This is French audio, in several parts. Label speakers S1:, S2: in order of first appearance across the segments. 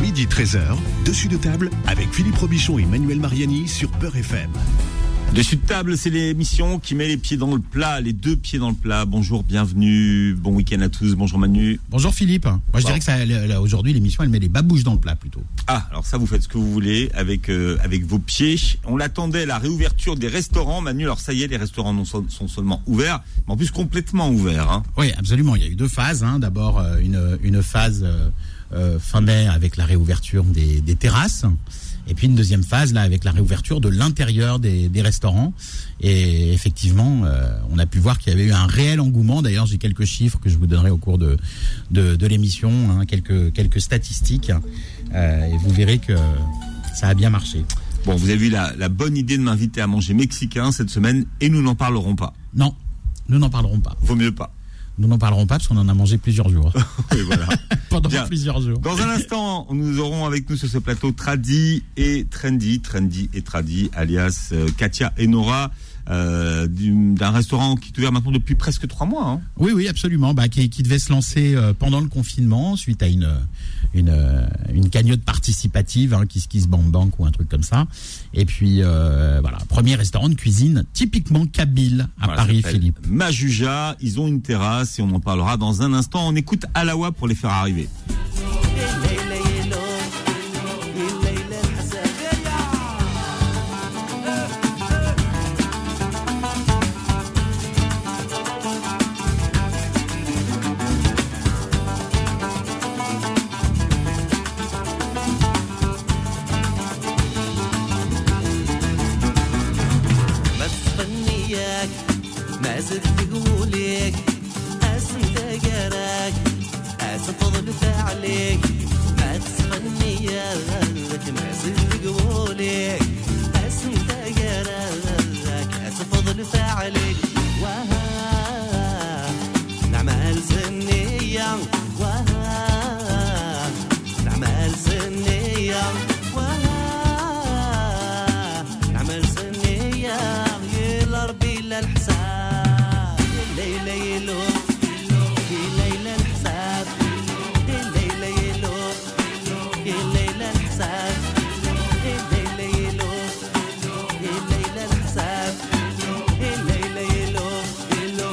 S1: midi 13h, dessus de table avec Philippe Robichon et Manuel Mariani sur Peur FM.
S2: Dessus de table, c'est l'émission qui met les pieds dans le plat, les deux pieds dans le plat. Bonjour, bienvenue, bon week-end à tous. Bonjour Manu.
S3: Bonjour Philippe. Moi je
S2: Bon.
S3: dirais que ça, le- là, aujourd'hui l'émission elle met les babouches dans le plat plutôt.
S2: Ah, alors ça, vous faites ce que vous voulez avec euh, avec vos pieds. On l'attendait, la réouverture des restaurants, Manu. Alors ça y est, les restaurants non so- sont seulement ouverts, mais en plus complètement ouverts. hein.
S3: Oui, absolument. Il y a eu deux phases. hein. D'abord euh, une, une phase euh, euh, fin mai avec la réouverture des, des terrasses. Et puis une deuxième phase là avec la réouverture de l'intérieur des, des restaurants. Et effectivement, euh, on a pu voir qu'il y avait eu un réel engouement. D'ailleurs, j'ai quelques chiffres que je vous donnerai au cours de, de, de l'émission, hein, quelques, quelques statistiques. Euh, et vous verrez que ça a bien marché.
S2: Bon, vous avez eu la, la bonne idée de m'inviter à manger mexicain cette semaine, et nous n'en parlerons pas.
S3: Non, nous n'en parlerons pas.
S2: Vaut mieux pas.
S3: Nous n'en parlerons pas parce qu'on en a mangé plusieurs jours.
S2: Et voilà.
S3: Pendant
S2: Bien.
S3: plusieurs jours.
S2: Dans un instant, nous aurons avec nous sur ce plateau Tradi et Trendy, Trendy et Tradi, alias euh, Katia et Nora, euh, du- d'un restaurant qui est ouvert maintenant depuis presque trois mois. hein.
S3: Oui, oui, absolument. Bah, qui, qui devait se lancer euh, pendant le confinement suite à une une, euh, une cagnotte participative, hein, Kiss Kiss Bank Bank ou un truc comme ça. Et puis euh, voilà, premier restaurant de cuisine typiquement kabyle à
S2: Voilà,
S3: Paris,
S2: ça s'appelle
S3: Philippe.
S2: Majuja, ils ont une terrasse et on en parlera dans un instant. On écoute Alawa pour les faire arriver.
S4: بس فنياك ما زلت تقولك قاسي تجارك قاسي فضل فعلك ما تسفنياك ما زلت تقولك قاسي تجارك قاسي فضل فعلك وها نعمال سنية وها نعمال سنية وها نعمال سنية يلا ربي لا الحساب ليلة يلو ليلة الحساب ليلة يلو ليلة الحساب ليلة يلو ليلة الحساب ليلة يلو يلو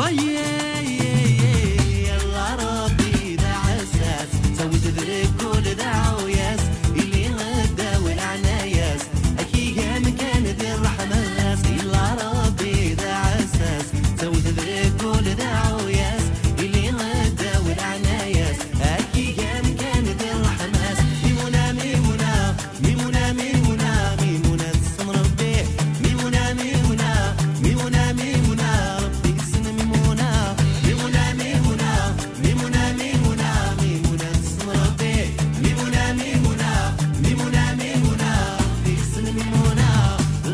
S4: Oh yeah, yeah, yeah. يلا ربي ده عساس. زود ذريك كل ده عوياس. اللي غدا والعناياس. أكي يا مكان ذي الرحمة الناس. يلا ربي ده عساس. زود ذريك كل ده عوياس. اللي غدا والعناياس. أكي يا مكان ذي الرحمة الناس. ميمونة، ميمونة، ميمونة، ميمونة، ميمونة تسم ربي. ميمونة، ميمونة، ميمونة، ميمونة، ربي يسن ميمونة. ميمونة، ميمونة، ميمونة، ميمونة، ميمونة تسم ربي. ميمونة، ميمونة، ميمونة، ميمونة، ربي يسن ميمونة.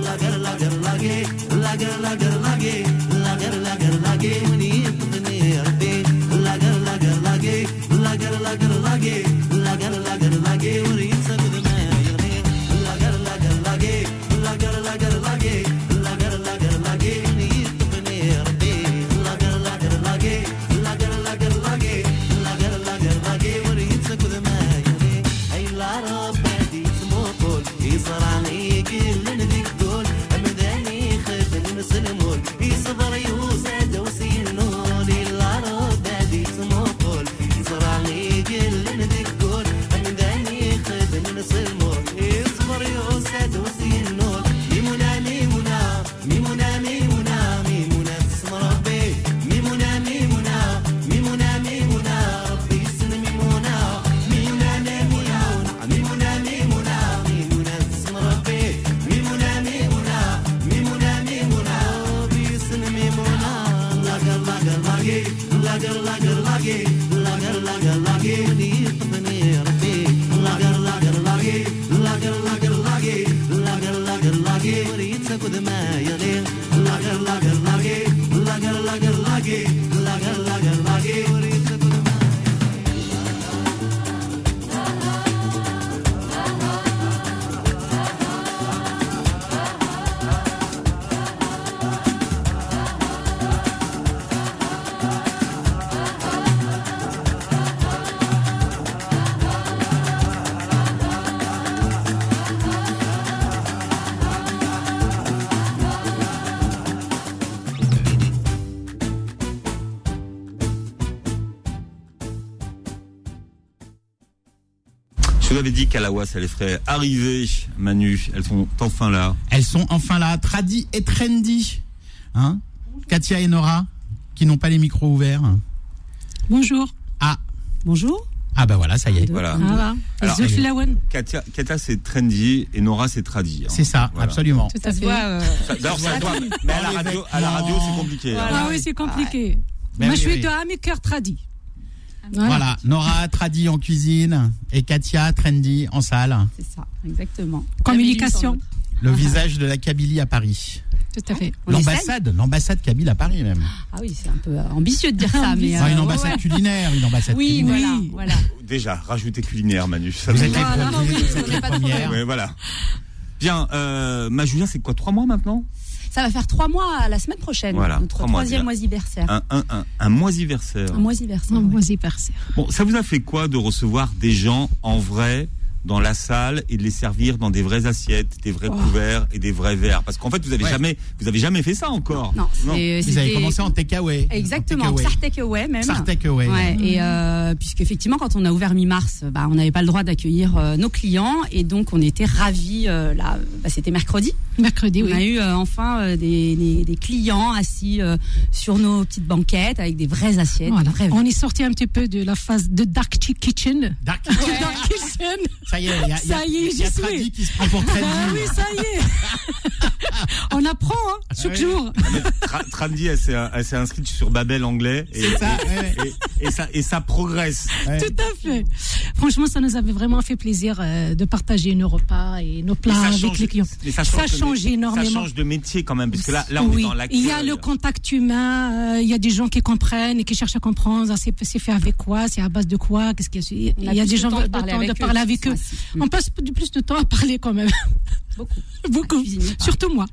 S4: لاقر، لاقر، لاقي. لاقر، لاقر، لاقي. لاقر، لاقر، لاقي. ونيت ظني ربي. لاقر، لاقر، لاقي. لاقر، لاقر، لاقي. لاقر، لاقر، لاقي. وريت سبب ما يغني. لاقر، لاقر، لاقي. لاقر، لاقر، لاقي. لاقر، لاقر، لاقي. ونيت ظني ربي. لاقر، لاقر، لاقي. لاقر، لاقر، لاقي. لاقر، لاقر، لاقي. وريت سبب ما يغني. أي لا ربي تموتول. يصرع عليك اللي نديك دول. أمداني خدل مسلمون. يصبر يوسع دوسي النور. إلا ربي تموتول. يصرع عليك اللي نديك دول. أمداني خدل مسلمون. يصبر يوسع دوسي النور. ميمونة، ميمونة، ميمونة، ميمونة، ميمونة تسم ربي. ميمونة، ميمونة، ميمونة، ميمونة، ربي يسن ميمونة. ميمونة، ميمونة، ميمونة، ميمونة، ميمونة تسم ربي. ميمونة، ميمونة، ميمونة، ميمونة، ربي يسن ميمونة. لاقر، لاقر، لاقي. لاقر، لاقر، لاقي. لاقر، لاقر، لاقي. ونيت بني ربي. لاقر، لاقر، لاقي. لاقر، لاقر، لاقي. لاقر، لاقر، لاقي. وريتك ودما يغلي. لاقر، لاقر، لاقي. لاقر، لاقر، لاقي. لاقر، لاقر، لاقي.
S2: Je vous avais dit qu'Alawas, elle ferait arriver, Manu. Elles sont enfin là.
S3: Elles sont enfin là, Tradi et Trendy. Hein Katia et Nora, qui n'ont pas les micros ouverts.
S5: Bonjour.
S3: Ah,
S5: Bonjour.
S3: ah bah voilà, ça y est.
S2: Voilà.
S5: Ah,
S2: Alors,
S5: voilà. The
S2: allez.
S5: Flowen.
S2: Katia, Katia c'est trendy et Nora, c'est tradi. hein.
S3: C'est ça,
S2: Voilà.
S3: absolument.
S5: Ça se voit. euh,
S2: Ça- D'ailleurs, ça se voit. Mais à la radio, à la radio, c'est compliqué. hein.
S5: Ah oui, c'est compliqué.
S3: Mais
S5: Moi,
S3: oui,
S5: je suis
S3: oui.
S5: de Amécœur Tradi.
S3: Voilà, Nora, Tradi en cuisine et Katia, Trendy en salle.
S6: C'est ça, exactement.
S5: Communication.
S3: Le visage de la Kabylie à Paris.
S5: Tout à fait.
S6: On
S3: L'ambassade, l'ambassade Kabyle à Paris même.
S6: Ah oui, c'est un peu euh, ambitieux de dire ça, mais.
S3: Enfin,
S6: euh,
S3: Ah, une ambassade
S6: ouais.
S3: culinaire, une ambassade
S6: Oui,
S3: culinaire.
S6: voilà,
S5: Oui.
S6: voilà.
S2: Déjà, rajoutez culinaire, Manu. Ça
S3: Vous
S2: me-
S3: êtes les
S6: Voilà,
S3: premiers,
S6: oui,
S3: vous
S6: on
S3: êtes
S6: n'a
S3: les
S6: pas de problème.
S3: premières.
S2: Ouais, voilà. Bien, euh, ma Julien, c'est quoi, trois mois maintenant
S6: Ça va faire trois mois euh, la semaine prochaine,
S2: Voilà,
S6: notre
S2: trois mois
S6: troisième
S2: déjà.
S6: moisiversaire.
S2: un, un, un, un moisiversaire.
S6: Un moisiversaire. ouais.
S5: Vas-y, percer.
S2: Bon, ça vous a fait quoi de recevoir des gens en vrai dans la salle et de les servir dans des vraies assiettes, des vrais couverts et des vrais verres Parce qu'en fait, vous avez
S3: Ouais.
S2: jamais, vous avez jamais fait ça encore.
S6: Non, c'est- euh,
S3: Ils avaient
S6: c'était-
S3: commencé en takeaway.
S6: Exactement,
S3: En
S6: Psar
S3: takeaway.
S6: Takeaway même.
S3: Psar takeaway.
S6: Ouais,
S5: Mhm.
S6: et euh, puisqu'effectivement, quand on a ouvert mi-mars, euh, bah, on n'avait pas le droit d'accueillir euh, nos clients et donc on était ravis. euh, là, bah, c'était mercredi.
S5: Mercredi,
S6: On a
S5: oui.
S6: eu euh, enfin euh, des, des- des clients assis euh, sur nos petites banquettes avec des vraies assiettes.
S5: Voilà.
S6: des vrais
S5: On est sorti un petit peu de la phase de Dark Chi- Kitchen.
S3: Dark-
S5: Dark Kitchen.
S3: Ça y est, il y a, il y a-
S5: Ça y est,
S3: il y a
S5: j'y suis.
S3: Tradi qui se prend pour Trendy.
S5: Ah oui, ça y est. On apprend, hein, chaque
S3: oui.
S5: jour.
S2: Tra- Trendy, elle s'est elle s'est inscrite sur Babel anglais et,
S3: C'est ça, ouais, ouais.
S2: et- et ça et ça progresse.
S3: Ouais.
S5: Tout à fait. Franchement, ça nous avait vraiment fait plaisir euh, de partager nos repas et nos
S2: Mais
S5: plats
S2: ça
S5: avec
S2: change-
S5: les clients.
S2: mais ça change, de-
S5: énormément.
S2: Ça change de métier quand même, parce que là, là on
S5: Oui.
S2: est dans l'accueil.
S5: Il y a le contact humain, euh, il y a des gens qui comprennent et qui cherchent à comprendre. ah, C'est c'est fait avec quoi C'est à base de quoi Qu'est-ce qu'il y a
S6: On
S5: Il y a
S6: plus
S5: des
S6: de
S5: gens
S6: temps
S5: de temps de
S6: eux,
S5: parler avec
S6: qui
S5: eux.
S6: sont assis.
S5: On passe du plus de temps à parler quand même.
S6: Beaucoup.
S5: Beaucoup.
S6: cuisiner, par
S5: Surtout moi.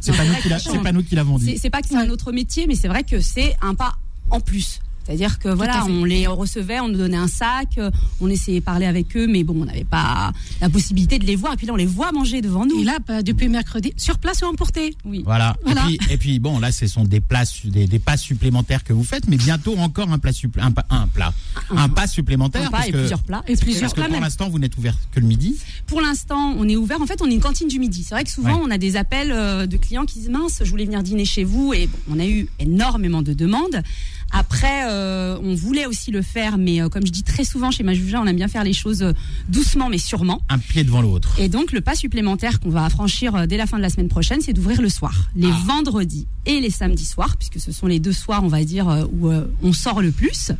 S3: C'est pas nous qui l'a- c'est pas nous qui l'avons
S6: C'est
S3: dit.
S6: c'est pas que c'est un autre métier, mais c'est vrai que c'est un pas en plus. C'est-à-dire que
S5: à
S6: voilà,
S5: fait.
S6: on les recevait, on nous donnait un sac, euh, on essayait de parler avec eux, mais bon, on n'avait pas la possibilité de les voir. Et puis là, on les voit manger devant nous.
S5: Et là, bah, depuis mercredi, sur place ou emporté
S6: oui.
S3: Voilà.
S5: Voilà.
S3: Et, puis, et puis, bon, là, ce sont des, plats, su- des, des pas supplémentaires que vous faites, mais bientôt encore un plat, supplé- un, pa- un plat, un pas supplémentaire.
S6: Ah, Un pas
S3: parce
S6: et
S3: que,
S6: plusieurs plats.
S5: Et plusieurs
S3: parce que
S5: plats
S3: pour
S5: même.
S3: l'instant, vous n'êtes ouvert que le midi.
S6: Pour l'instant, on est ouvert. En fait, on est une cantine du midi. C'est vrai que souvent,
S3: Ouais.
S6: on a des appels euh, de clients qui disent mince, je voulais venir dîner chez vous. Et bon, on a eu énormément de demandes. Après, euh, on voulait aussi le faire, mais euh, comme je dis très souvent chez Majuja, on aime bien faire les choses euh, doucement mais sûrement.
S3: Un pied devant l'autre.
S6: Et donc, le pas supplémentaire qu'on va affranchir euh, dès la fin de la semaine prochaine, c'est d'ouvrir le soir, les vendredis et les samedis soirs, puisque ce sont les deux soirs, on va dire, euh, où euh, on sort le plus.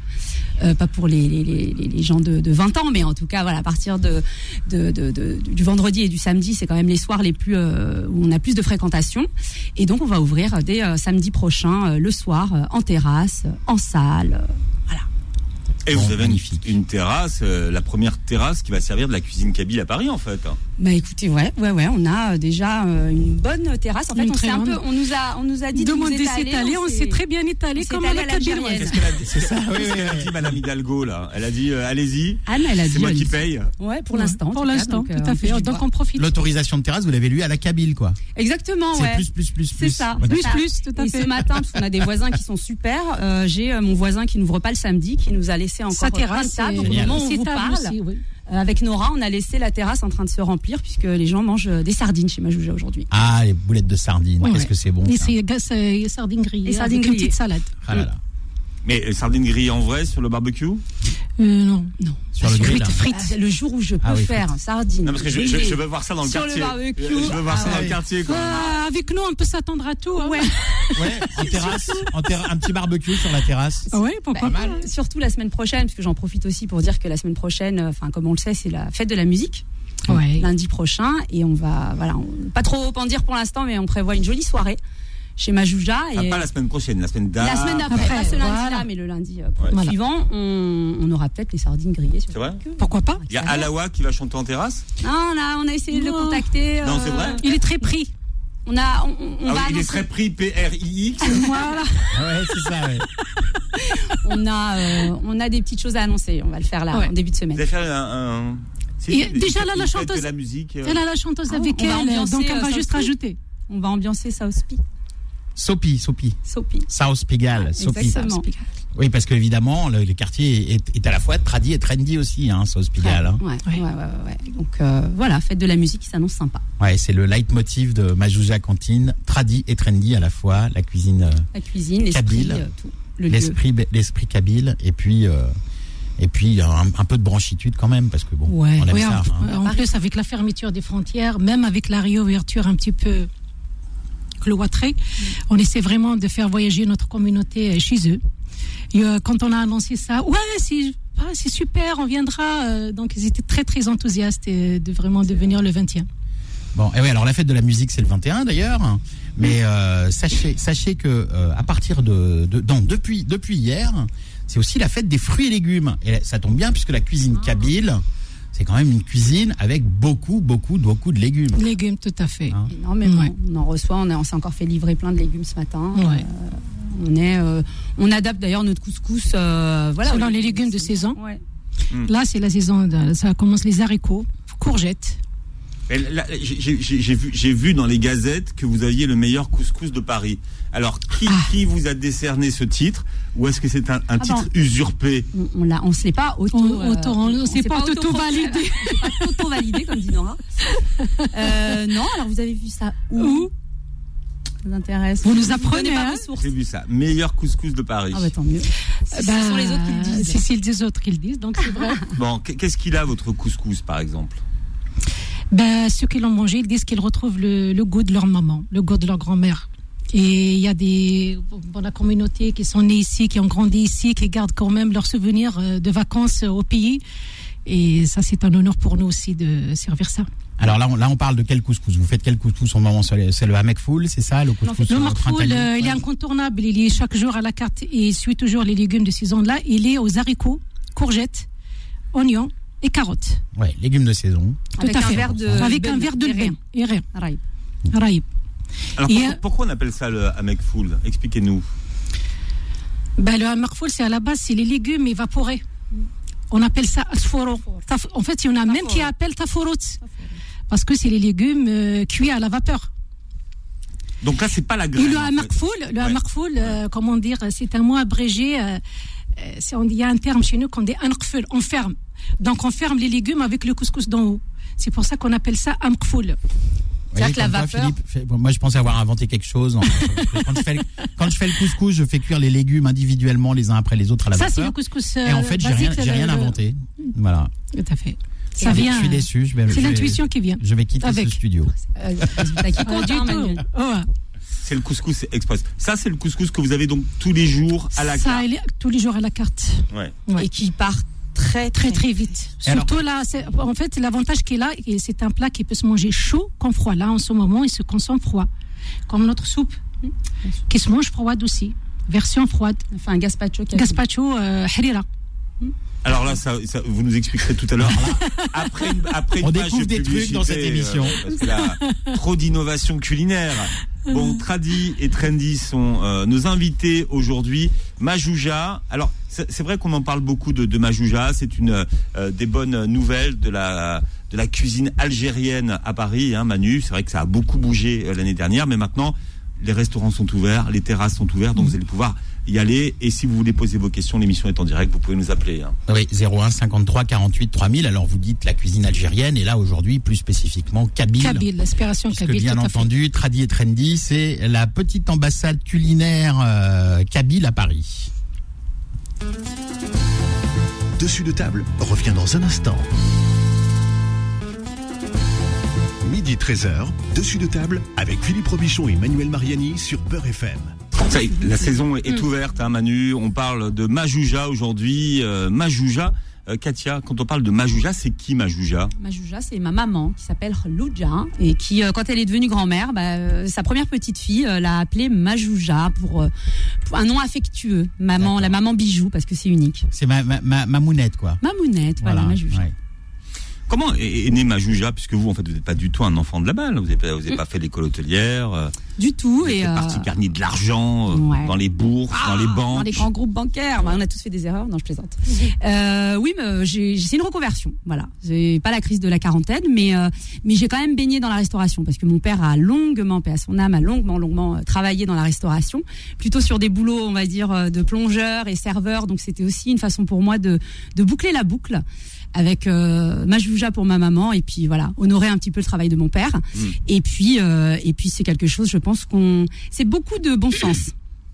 S6: Euh, pas pour les, les, les, les- les gens de, de 20 ans, mais en tout cas, voilà, à partir de, de, de- de- du vendredi et du samedi, c'est quand même les soirs les plus euh, où on a plus de fréquentation. Et donc, on va ouvrir euh, dès euh, samedi prochain, euh, le soir, euh, en terrasse, euh, en salle. euh, voilà.
S2: Et vous avez une,
S3: Magnifique.
S2: une terrasse, euh, la première terrasse qui va servir de la cuisine kabyle à Paris en fait. hein.
S6: Bah écoutez, ouais, ouais, ouais, on a euh, déjà euh, une bonne terrasse. En fait,
S5: Une
S6: on
S5: très
S6: s'est un
S5: grande.
S6: peu, on nous a, on nous a dit de
S5: Demandez
S6: nous étaler,
S5: s'étaler, on s'est très bien
S6: on
S5: étalé
S6: s'est
S5: comme à
S6: étalé
S5: la
S6: à l'algérienne.
S5: Kabyle.
S2: Qu'est-ce qu'elle a dit C'est ça, oui, oui, elle a dit Madame Hidalgo là. Elle a dit euh, allez-y,
S6: Anne, elle a
S2: c'est
S6: dit.
S2: moi
S6: elle
S2: qui
S6: dit-
S2: paye.
S6: Ouais, pour
S5: Ouais,
S6: l'instant. en
S5: Pour
S6: tout cas,
S5: l'instant,
S6: donc, euh,
S5: tout à fait.
S6: on touche du
S5: Donc
S6: bois.
S5: on profite.
S3: L'autorisation de terrasse, vous l'avez lu à la Kabyle, quoi.
S6: Exactement,
S3: C'est
S6: ouais.
S3: plus, plus, plus,
S6: C'est
S3: plus.
S6: ça.
S3: Voilà.
S5: Plus,
S6: Voilà.
S5: plus, tout à
S6: Et
S5: fait.
S6: ce matin, parce qu'on a des voisins qui sont super, euh, j'ai euh, mon voisin qui n'ouvre pas le samedi, qui nous a laissé encore
S5: Sa
S6: plein de
S5: terrasse,
S6: tables.
S5: c'est-
S6: Au moment où on
S5: Ses
S6: vous
S5: tables
S6: parle,
S5: aussi, oui.
S6: euh, avec Nora, on a laissé la terrasse en train de se remplir puisque les gens mangent euh, des sardines chez Majouja aujourd'hui.
S3: Ah, les boulettes de sardines.
S5: Ouais,
S3: Qu'est-ce
S5: ouais.
S3: que c'est bon.
S5: Et
S3: ça.
S5: c'est gas- et sardines grillées.
S6: Et sardines
S5: avec une
S6: grillées.
S5: petite salade.
S3: Ah là là.
S2: Mais euh, sardines grillées en vrai sur le barbecue Non
S5: Euh, non.
S6: Non.
S3: Sur le grill.
S6: Frites, frites. Le jour où je peux
S3: Ah oui,
S6: faire sardines.
S2: parce que je, je, je veux voir ça dans le
S6: Sur le
S2: quartier.
S6: barbecue.
S2: Je, je veux voir
S6: Ah
S2: ça dans le
S3: ouais.
S2: quartier quoi.
S5: Ah, avec nous, on peut s'attendre à tout. hein.
S6: Ouais.
S3: Ouais, en terrasse. en terra- un petit barbecue sur la terrasse.
S5: Ah ouais, pourquoi
S6: Bah,
S5: pas
S6: Surtout la semaine prochaine, parce que j'en profite aussi pour dire que la semaine prochaine, euh, enfin comme on le sait, c'est la fête de la musique
S5: Ouais.
S6: lundi prochain, et on va, voilà, on- pas trop en dire pour l'instant, mais on prévoit une jolie soirée chez Majouja et
S2: Enfin, Ah, pas la semaine prochaine, la semaine d'après.
S6: la semaine d'après,
S5: Après,
S6: pas ce lundi-là,
S5: voilà.
S6: mais le lundi euh,
S2: Ouais.
S5: Voilà.
S6: suivant, on, on aura peut-être les sardines grillées. Sur
S2: C'est vrai
S5: Pourquoi pas
S2: Il y a Alawa qui va chanter en terrasse.
S6: Non, là, on a essayé de le
S5: Non.
S6: contacter. euh,
S2: Non, c'est vrai
S5: Il est très pris.
S6: On a, on, on- on
S2: Ah
S6: va
S2: oui, il est
S6: annoncer-
S2: très pris PRIX.
S5: Voilà.
S3: Ah Ouais, c'est ça, ouais.
S6: on a, euh, on a des petites choses à annoncer. On va le faire là
S5: Ouais.
S6: en début de
S2: Vous
S6: semaine.
S2: allez faire un. un- c'est
S5: Et
S2: une-
S5: déjà,
S2: une
S5: là, la
S2: fête
S5: chanteuse-
S2: De la musique. euh,
S5: Elle a la chanteuse
S6: Ah,
S5: avec
S6: on va
S5: elle,
S6: ambiancer,
S5: donc elle
S6: euh,
S5: va
S6: ça
S5: juste
S6: aussi.
S5: rajouter.
S6: On va ambiancer ça au spi.
S3: Sopi, Sopi.
S6: Sopi.
S3: South Pigalle, Sopi.
S6: exactement.
S3: Oui, parce qu'évidemment, le, le quartier est, est à la fois tradi et trendy aussi, hein, South Pigalle. hein.
S6: Ouais, ouais, ouais, ouais, ouais. Donc euh, voilà, faites de la musique qui s'annonce sympa.
S3: Ouais, c'est le leitmotiv de Majouja Cantine, tradi et trendy à la fois, la cuisine, euh,
S6: La cuisine, l'esprit,
S3: Kabyle.
S6: euh, tout. Le lieu.
S3: l'esprit, l'esprit kabyle, et puis, euh, et puis euh, un, un peu de branchitude quand même, parce que bon,
S6: Ouais.
S3: on aime
S5: Oui,
S3: ça.
S5: en,
S3: hein.
S5: en plus, avec la fermeture des frontières, même avec la réouverture un petit peu cloîtrée, on essaie vraiment de faire voyager notre communauté euh, chez eux. Et, euh, quand on a annoncé ça, ouais, c'est ah, c'est super, on viendra. euh, Donc, ils étaient très, très enthousiastes euh, de vraiment devenir le 20e.
S3: Bon, et oui, alors la fête de la musique, c'est le 21 d'ailleurs. hein. Mais euh, sachez, sachez que euh, à partir de, de non, depuis depuis hier, c'est aussi la fête des fruits et légumes. Et là, ça tombe bien puisque la
S5: Ah.
S3: cuisine kabyle, c'est quand même une cuisine avec beaucoup, beaucoup, beaucoup de légumes.
S5: Légumes, tout à fait.
S3: Hein.
S6: Énormément.
S5: Ouais.
S6: On en reçoit, on, a- on s'est encore fait livrer plein de légumes ce matin.
S5: Ouais.
S6: Euh, on, est, euh, on adapte d'ailleurs notre couscous euh, voilà,
S5: Selon
S6: aux
S5: les légumes de saison.
S6: Ouais.
S5: Là, c'est la saison, de- ça commence les haricots, courgettes.
S2: Et là, là, j'ai- J'ai j'ai- j'ai vu, j'ai vu dans les gazettes que vous aviez le meilleur couscous de Paris. Alors, qui,
S6: Ah.
S2: qui vous a décerné ce titre Ou est-ce que c'est un, un titre
S6: bon.
S2: usurpé
S6: On, on, l'a- on se l'est pas auto.
S5: On
S6: euh,
S5: ne sait
S6: s'est
S5: pas tout, tout
S6: auto-proclamé.
S5: valider.
S6: auto validé comme dit Nora. Euh, non, alors vous avez vu ça où,
S5: Où
S6: Ça vous intéresse
S5: Vous nous
S6: donnez
S5: apprenez,
S6: pas
S5: hein.
S6: vos sources.
S2: J'ai vu ça. Meilleur couscous de Paris.
S6: Ah bah tant mieux. Ce
S5: Bah,
S6: sont les autres qui le disent.
S5: si c'est les autres qui le disent, donc c'est vrai.
S2: Bon, qu- qu'est-ce qu'il a votre couscous, par exemple
S5: Ben, ceux qui l'ont mangé, ils disent qu'ils retrouvent le, le goût de leur maman, le goût de leur grand-mère. Et il y a des dans la communauté qui sont nés ici, qui ont grandi ici, qui gardent quand même leurs souvenirs euh, de vacances euh, au pays. Et ça, c'est un honneur pour nous aussi de servir ça.
S3: Alors là, on, là, on parle de quel couscous Vous faites quel couscous en moment C'est le- c'est le hamek full, c'est ça le couscous
S5: Le
S3: euh,
S5: marcoul,
S3: printanier
S5: euh, il est
S3: Ouais.
S5: incontournable. Il est chaque jour à la carte et il suit toujours les légumes de saison. Là, il est aux haricots, courgettes, oignons et carottes.
S3: Ouais, légumes de saison.
S5: Tout
S6: Avec
S5: à
S6: un
S5: fait.
S6: verre de
S5: Avec un
S6: ben,
S5: verre de
S6: et
S5: lin. Et rien.
S6: Raïb.
S5: Raïb.
S2: Alors,
S5: Et
S2: pourquoi,
S5: euh,
S2: pourquoi on appelle ça le Hamec Full Expliquez-nous.
S5: Ben, le marfoul, c'est à la base, c'est les légumes évaporés. On appelle ça asforo. Taf- En fait, il y en a même qui appellent taforot. Parce que c'est les légumes euh, cuits à la vapeur.
S2: Donc là, c'est pas la
S5: Et
S2: graine.
S5: le
S2: en fait.
S5: hamakfoul, le hamakfoul, euh, comment dire, c'est un mot abrégé. euh, euh, c'est- on- Il y a un terme chez nous qu'on dit anqful, on ferme. Donc on ferme les légumes avec le couscous d'en haut. C'est pour ça qu'on appelle ça amkfoul.
S3: Bah, Vous voyez,
S6: C'est-à-dire que la
S3: comme quoi,
S6: vapeur-
S3: Philippe, fait- bon, moi, je pensais avoir inventé quelque chose. en- quand, je fais le, quand je fais le couscous, je fais cuire les légumes individuellement, les uns après les autres à la
S5: Ça, c'est
S3: vapeur.
S5: le couscous.
S3: Et
S5: euh,
S3: en fait, j'ai
S5: basique,
S3: rien, j'ai
S5: le-
S3: rien
S5: le-
S3: inventé. Voilà.
S5: Tout à fait.
S3: Je
S5: Ça
S3: suis-
S5: vient. euh,
S3: Je suis déçu. Je vais, je
S5: C'est
S3: vais-
S5: l'intuition qui vient.
S3: Je vais quitter
S5: Avec.
S3: ce studio.
S6: Euh, résultat
S5: Pas
S6: qui compte,
S5: du
S6: hein,
S5: tout.
S6: Manuel.
S5: Ouais.
S2: C'est le couscous express. Ça, c'est le couscous que vous avez donc tous les jours à la
S5: Ça,
S2: carte.
S5: il est tous les jours à la carte.
S2: Ouais.
S5: Ouais.
S6: Et qui part très
S5: Très très vite.
S3: Et alors-
S5: Surtout là, c'est- en fait, l'avantage qu'il a, et c'est un plat qui peut se manger chaud comme froid. Là, en ce moment, il se consomme froid, comme notre soupe, qui se mange froide aussi. Version froide.
S6: Enfin, un gazpacho qui a-
S5: Gazpacho euh, harira.
S2: Alors là, ça, ça- vous nous expliquerez tout à l'heure. Après, une- après une
S3: On
S2: page
S3: découvre
S2: de
S3: des trucs
S2: publicité,
S3: dans cette émission.
S2: euh, parce que là, trop d'innovation culinaire. Bon, Tradi et Trendy sont euh, nos invités aujourd'hui. Majouja. Alors, c'est c'est vrai qu'on en parle beaucoup de, de Majouja. C'est une euh, des bonnes nouvelles de la de la cuisine algérienne à Paris. Hein, Manu, c'est vrai que ça a beaucoup bougé euh, l'année dernière, mais maintenant. Les restaurants sont ouverts, les terrasses sont ouvertes,
S3: Mm.
S2: donc vous allez pouvoir y aller. Et si vous voulez poser vos questions, l'émission est en direct, vous pouvez nous appeler. hein.
S3: Oui, 01 53 48 3000. Alors, vous dites la cuisine algérienne. Et là, aujourd'hui, plus spécifiquement, Kabyle.
S5: Kabyle, l'aspiration
S3: Puisque
S5: kabyle.
S3: bien
S5: tout à fait.
S3: entendu, Tradi et Trendy, c'est la petite ambassade culinaire euh, Kabyle à Paris.
S1: Dessus de table revient dans un instant. Midi 13h, dessus de table avec Philippe Robichon et Manuel Mariani sur Peur FM.
S2: Ça y est, la saison est
S6: Mm.
S2: est ouverte, hein, Manu. On parle de Majouja aujourd'hui. Euh, Majouja, euh, Katia, quand on parle de Majouja, c'est qui Majouja
S6: Ma Jouja, c'est ma maman qui s'appelle Louja et qui, euh, quand elle est devenue grand-mère, bah, euh, sa première petite fille euh, l'a appelée Majouja pour, euh, pour un nom affectueux. Maman, la maman bijou parce que c'est unique.
S3: C'est ma, ma, ma- ma mounette, quoi.
S6: Mamounette, voilà, Majouja.
S3: ouais.
S2: Comment est, est né Majouja Puisque vous, en fait, vous n'êtes pas du tout un enfant de la balle. Vous n'avez pas, vous avez pas fait l'école hôtelière. euh,
S6: Du tout.
S2: Vous êtes
S6: et Mm. euh,
S2: parti gagner de l'argent euh,
S6: ouais. Ah,
S2: dans les bourses, dans les banques.
S6: Dans les grands groupes bancaires. Bah, on a tous fait des erreurs. Non, je plaisante. Euh, oui, mais j'ai- c'est une reconversion. Voilà. C'est pas la crise de la quarantaine, mais, euh, mais j'ai quand même baigné dans la restauration parce que mon père a longuement, paix à son âme, a longuement, longuement euh, travaillé dans la restauration. Plutôt sur des boulots, on va dire, euh, de plongeur et serveur. Donc c'était aussi une façon pour moi de, de boucler la boucle avec euh, ma jouja pour ma maman et puis voilà honorer un petit peu le travail de mon père et puis euh, et puis c'est quelque chose je pense qu'on c'est beaucoup de bon sens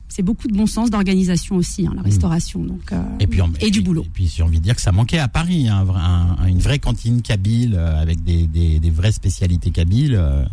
S6: c'est beaucoup de bon sens d'organisation aussi hein, la restauration donc euh,
S3: Mm. Et puis en-
S6: et du boulot
S3: Et puis j'ai envie de dire que ça manquait à Paris, hein, un vrai- un- une vraie cantine kabyle euh, avec des, des- des vraies spécialités kabyles. euh,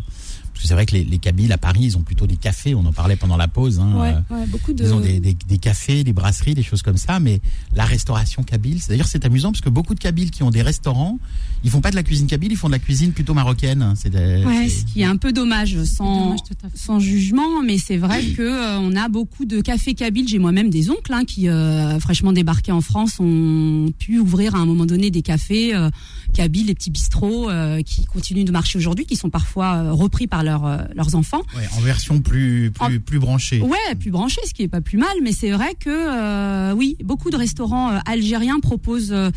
S3: parce que c'est vrai que les, les kabyles à Paris, ils ont plutôt des cafés. On en parlait pendant la pause. hein,
S6: ouais,
S3: euh,
S6: ouais, beaucoup de
S3: Ils ont des, des- des cafés, des brasseries, des choses comme ça, mais la restauration kabyle, c'est- d'ailleurs c'est amusant parce que beaucoup de kabyles qui ont des restaurants, ils font pas de la cuisine kabyle, ils font de la cuisine plutôt marocaine. hein, C'est des-
S6: Ouais,
S3: c'est-
S6: ce qui est un peu dommage sans
S5: dommage, tout à fait.
S6: sans jugement mais c'est vrai
S3: Mm.
S6: que euh, on a beaucoup de cafés kabyles j'ai moi-même des oncles hein, qui euh, fraîchement débarqués en France ont pu ouvrir à un moment donné des cafés euh, kabyles des petits bistrots euh, qui continuent de marcher aujourd'hui qui sont parfois euh, repris par leurs euh, leurs enfants
S3: ouais, en version plus plus, plus branchée.
S6: Ouais, plus branché, ce qui est pas plus mal, mais c'est vrai que euh, oui, beaucoup de restaurants euh, algériens proposent, euh,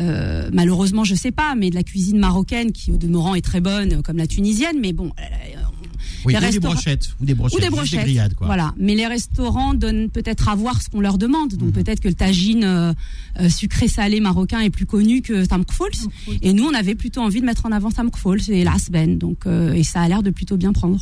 S6: euh, malheureusement, je sais pas, mais de la cuisine marocaine qui au demeurant est très bonne, euh, comme la tunisienne, mais bon. euh,
S3: Oui,
S6: les
S3: ou des
S6: restaurants-
S3: brochettes ou des brochettes,
S6: ou des
S3: juste
S6: brochettes,
S3: grillades, quoi.
S6: voilà. Mais les restaurants donnent peut-être à voir ce qu'on leur demande.
S3: Mhm.
S6: Donc peut-être que le tagine euh, euh, sucré-salé marocain est plus connu que Tamkfouls. Et nous, on avait plutôt envie de mettre en avant Tamkfouls et l'Asben. Donc euh, et ça a l'air de plutôt bien prendre.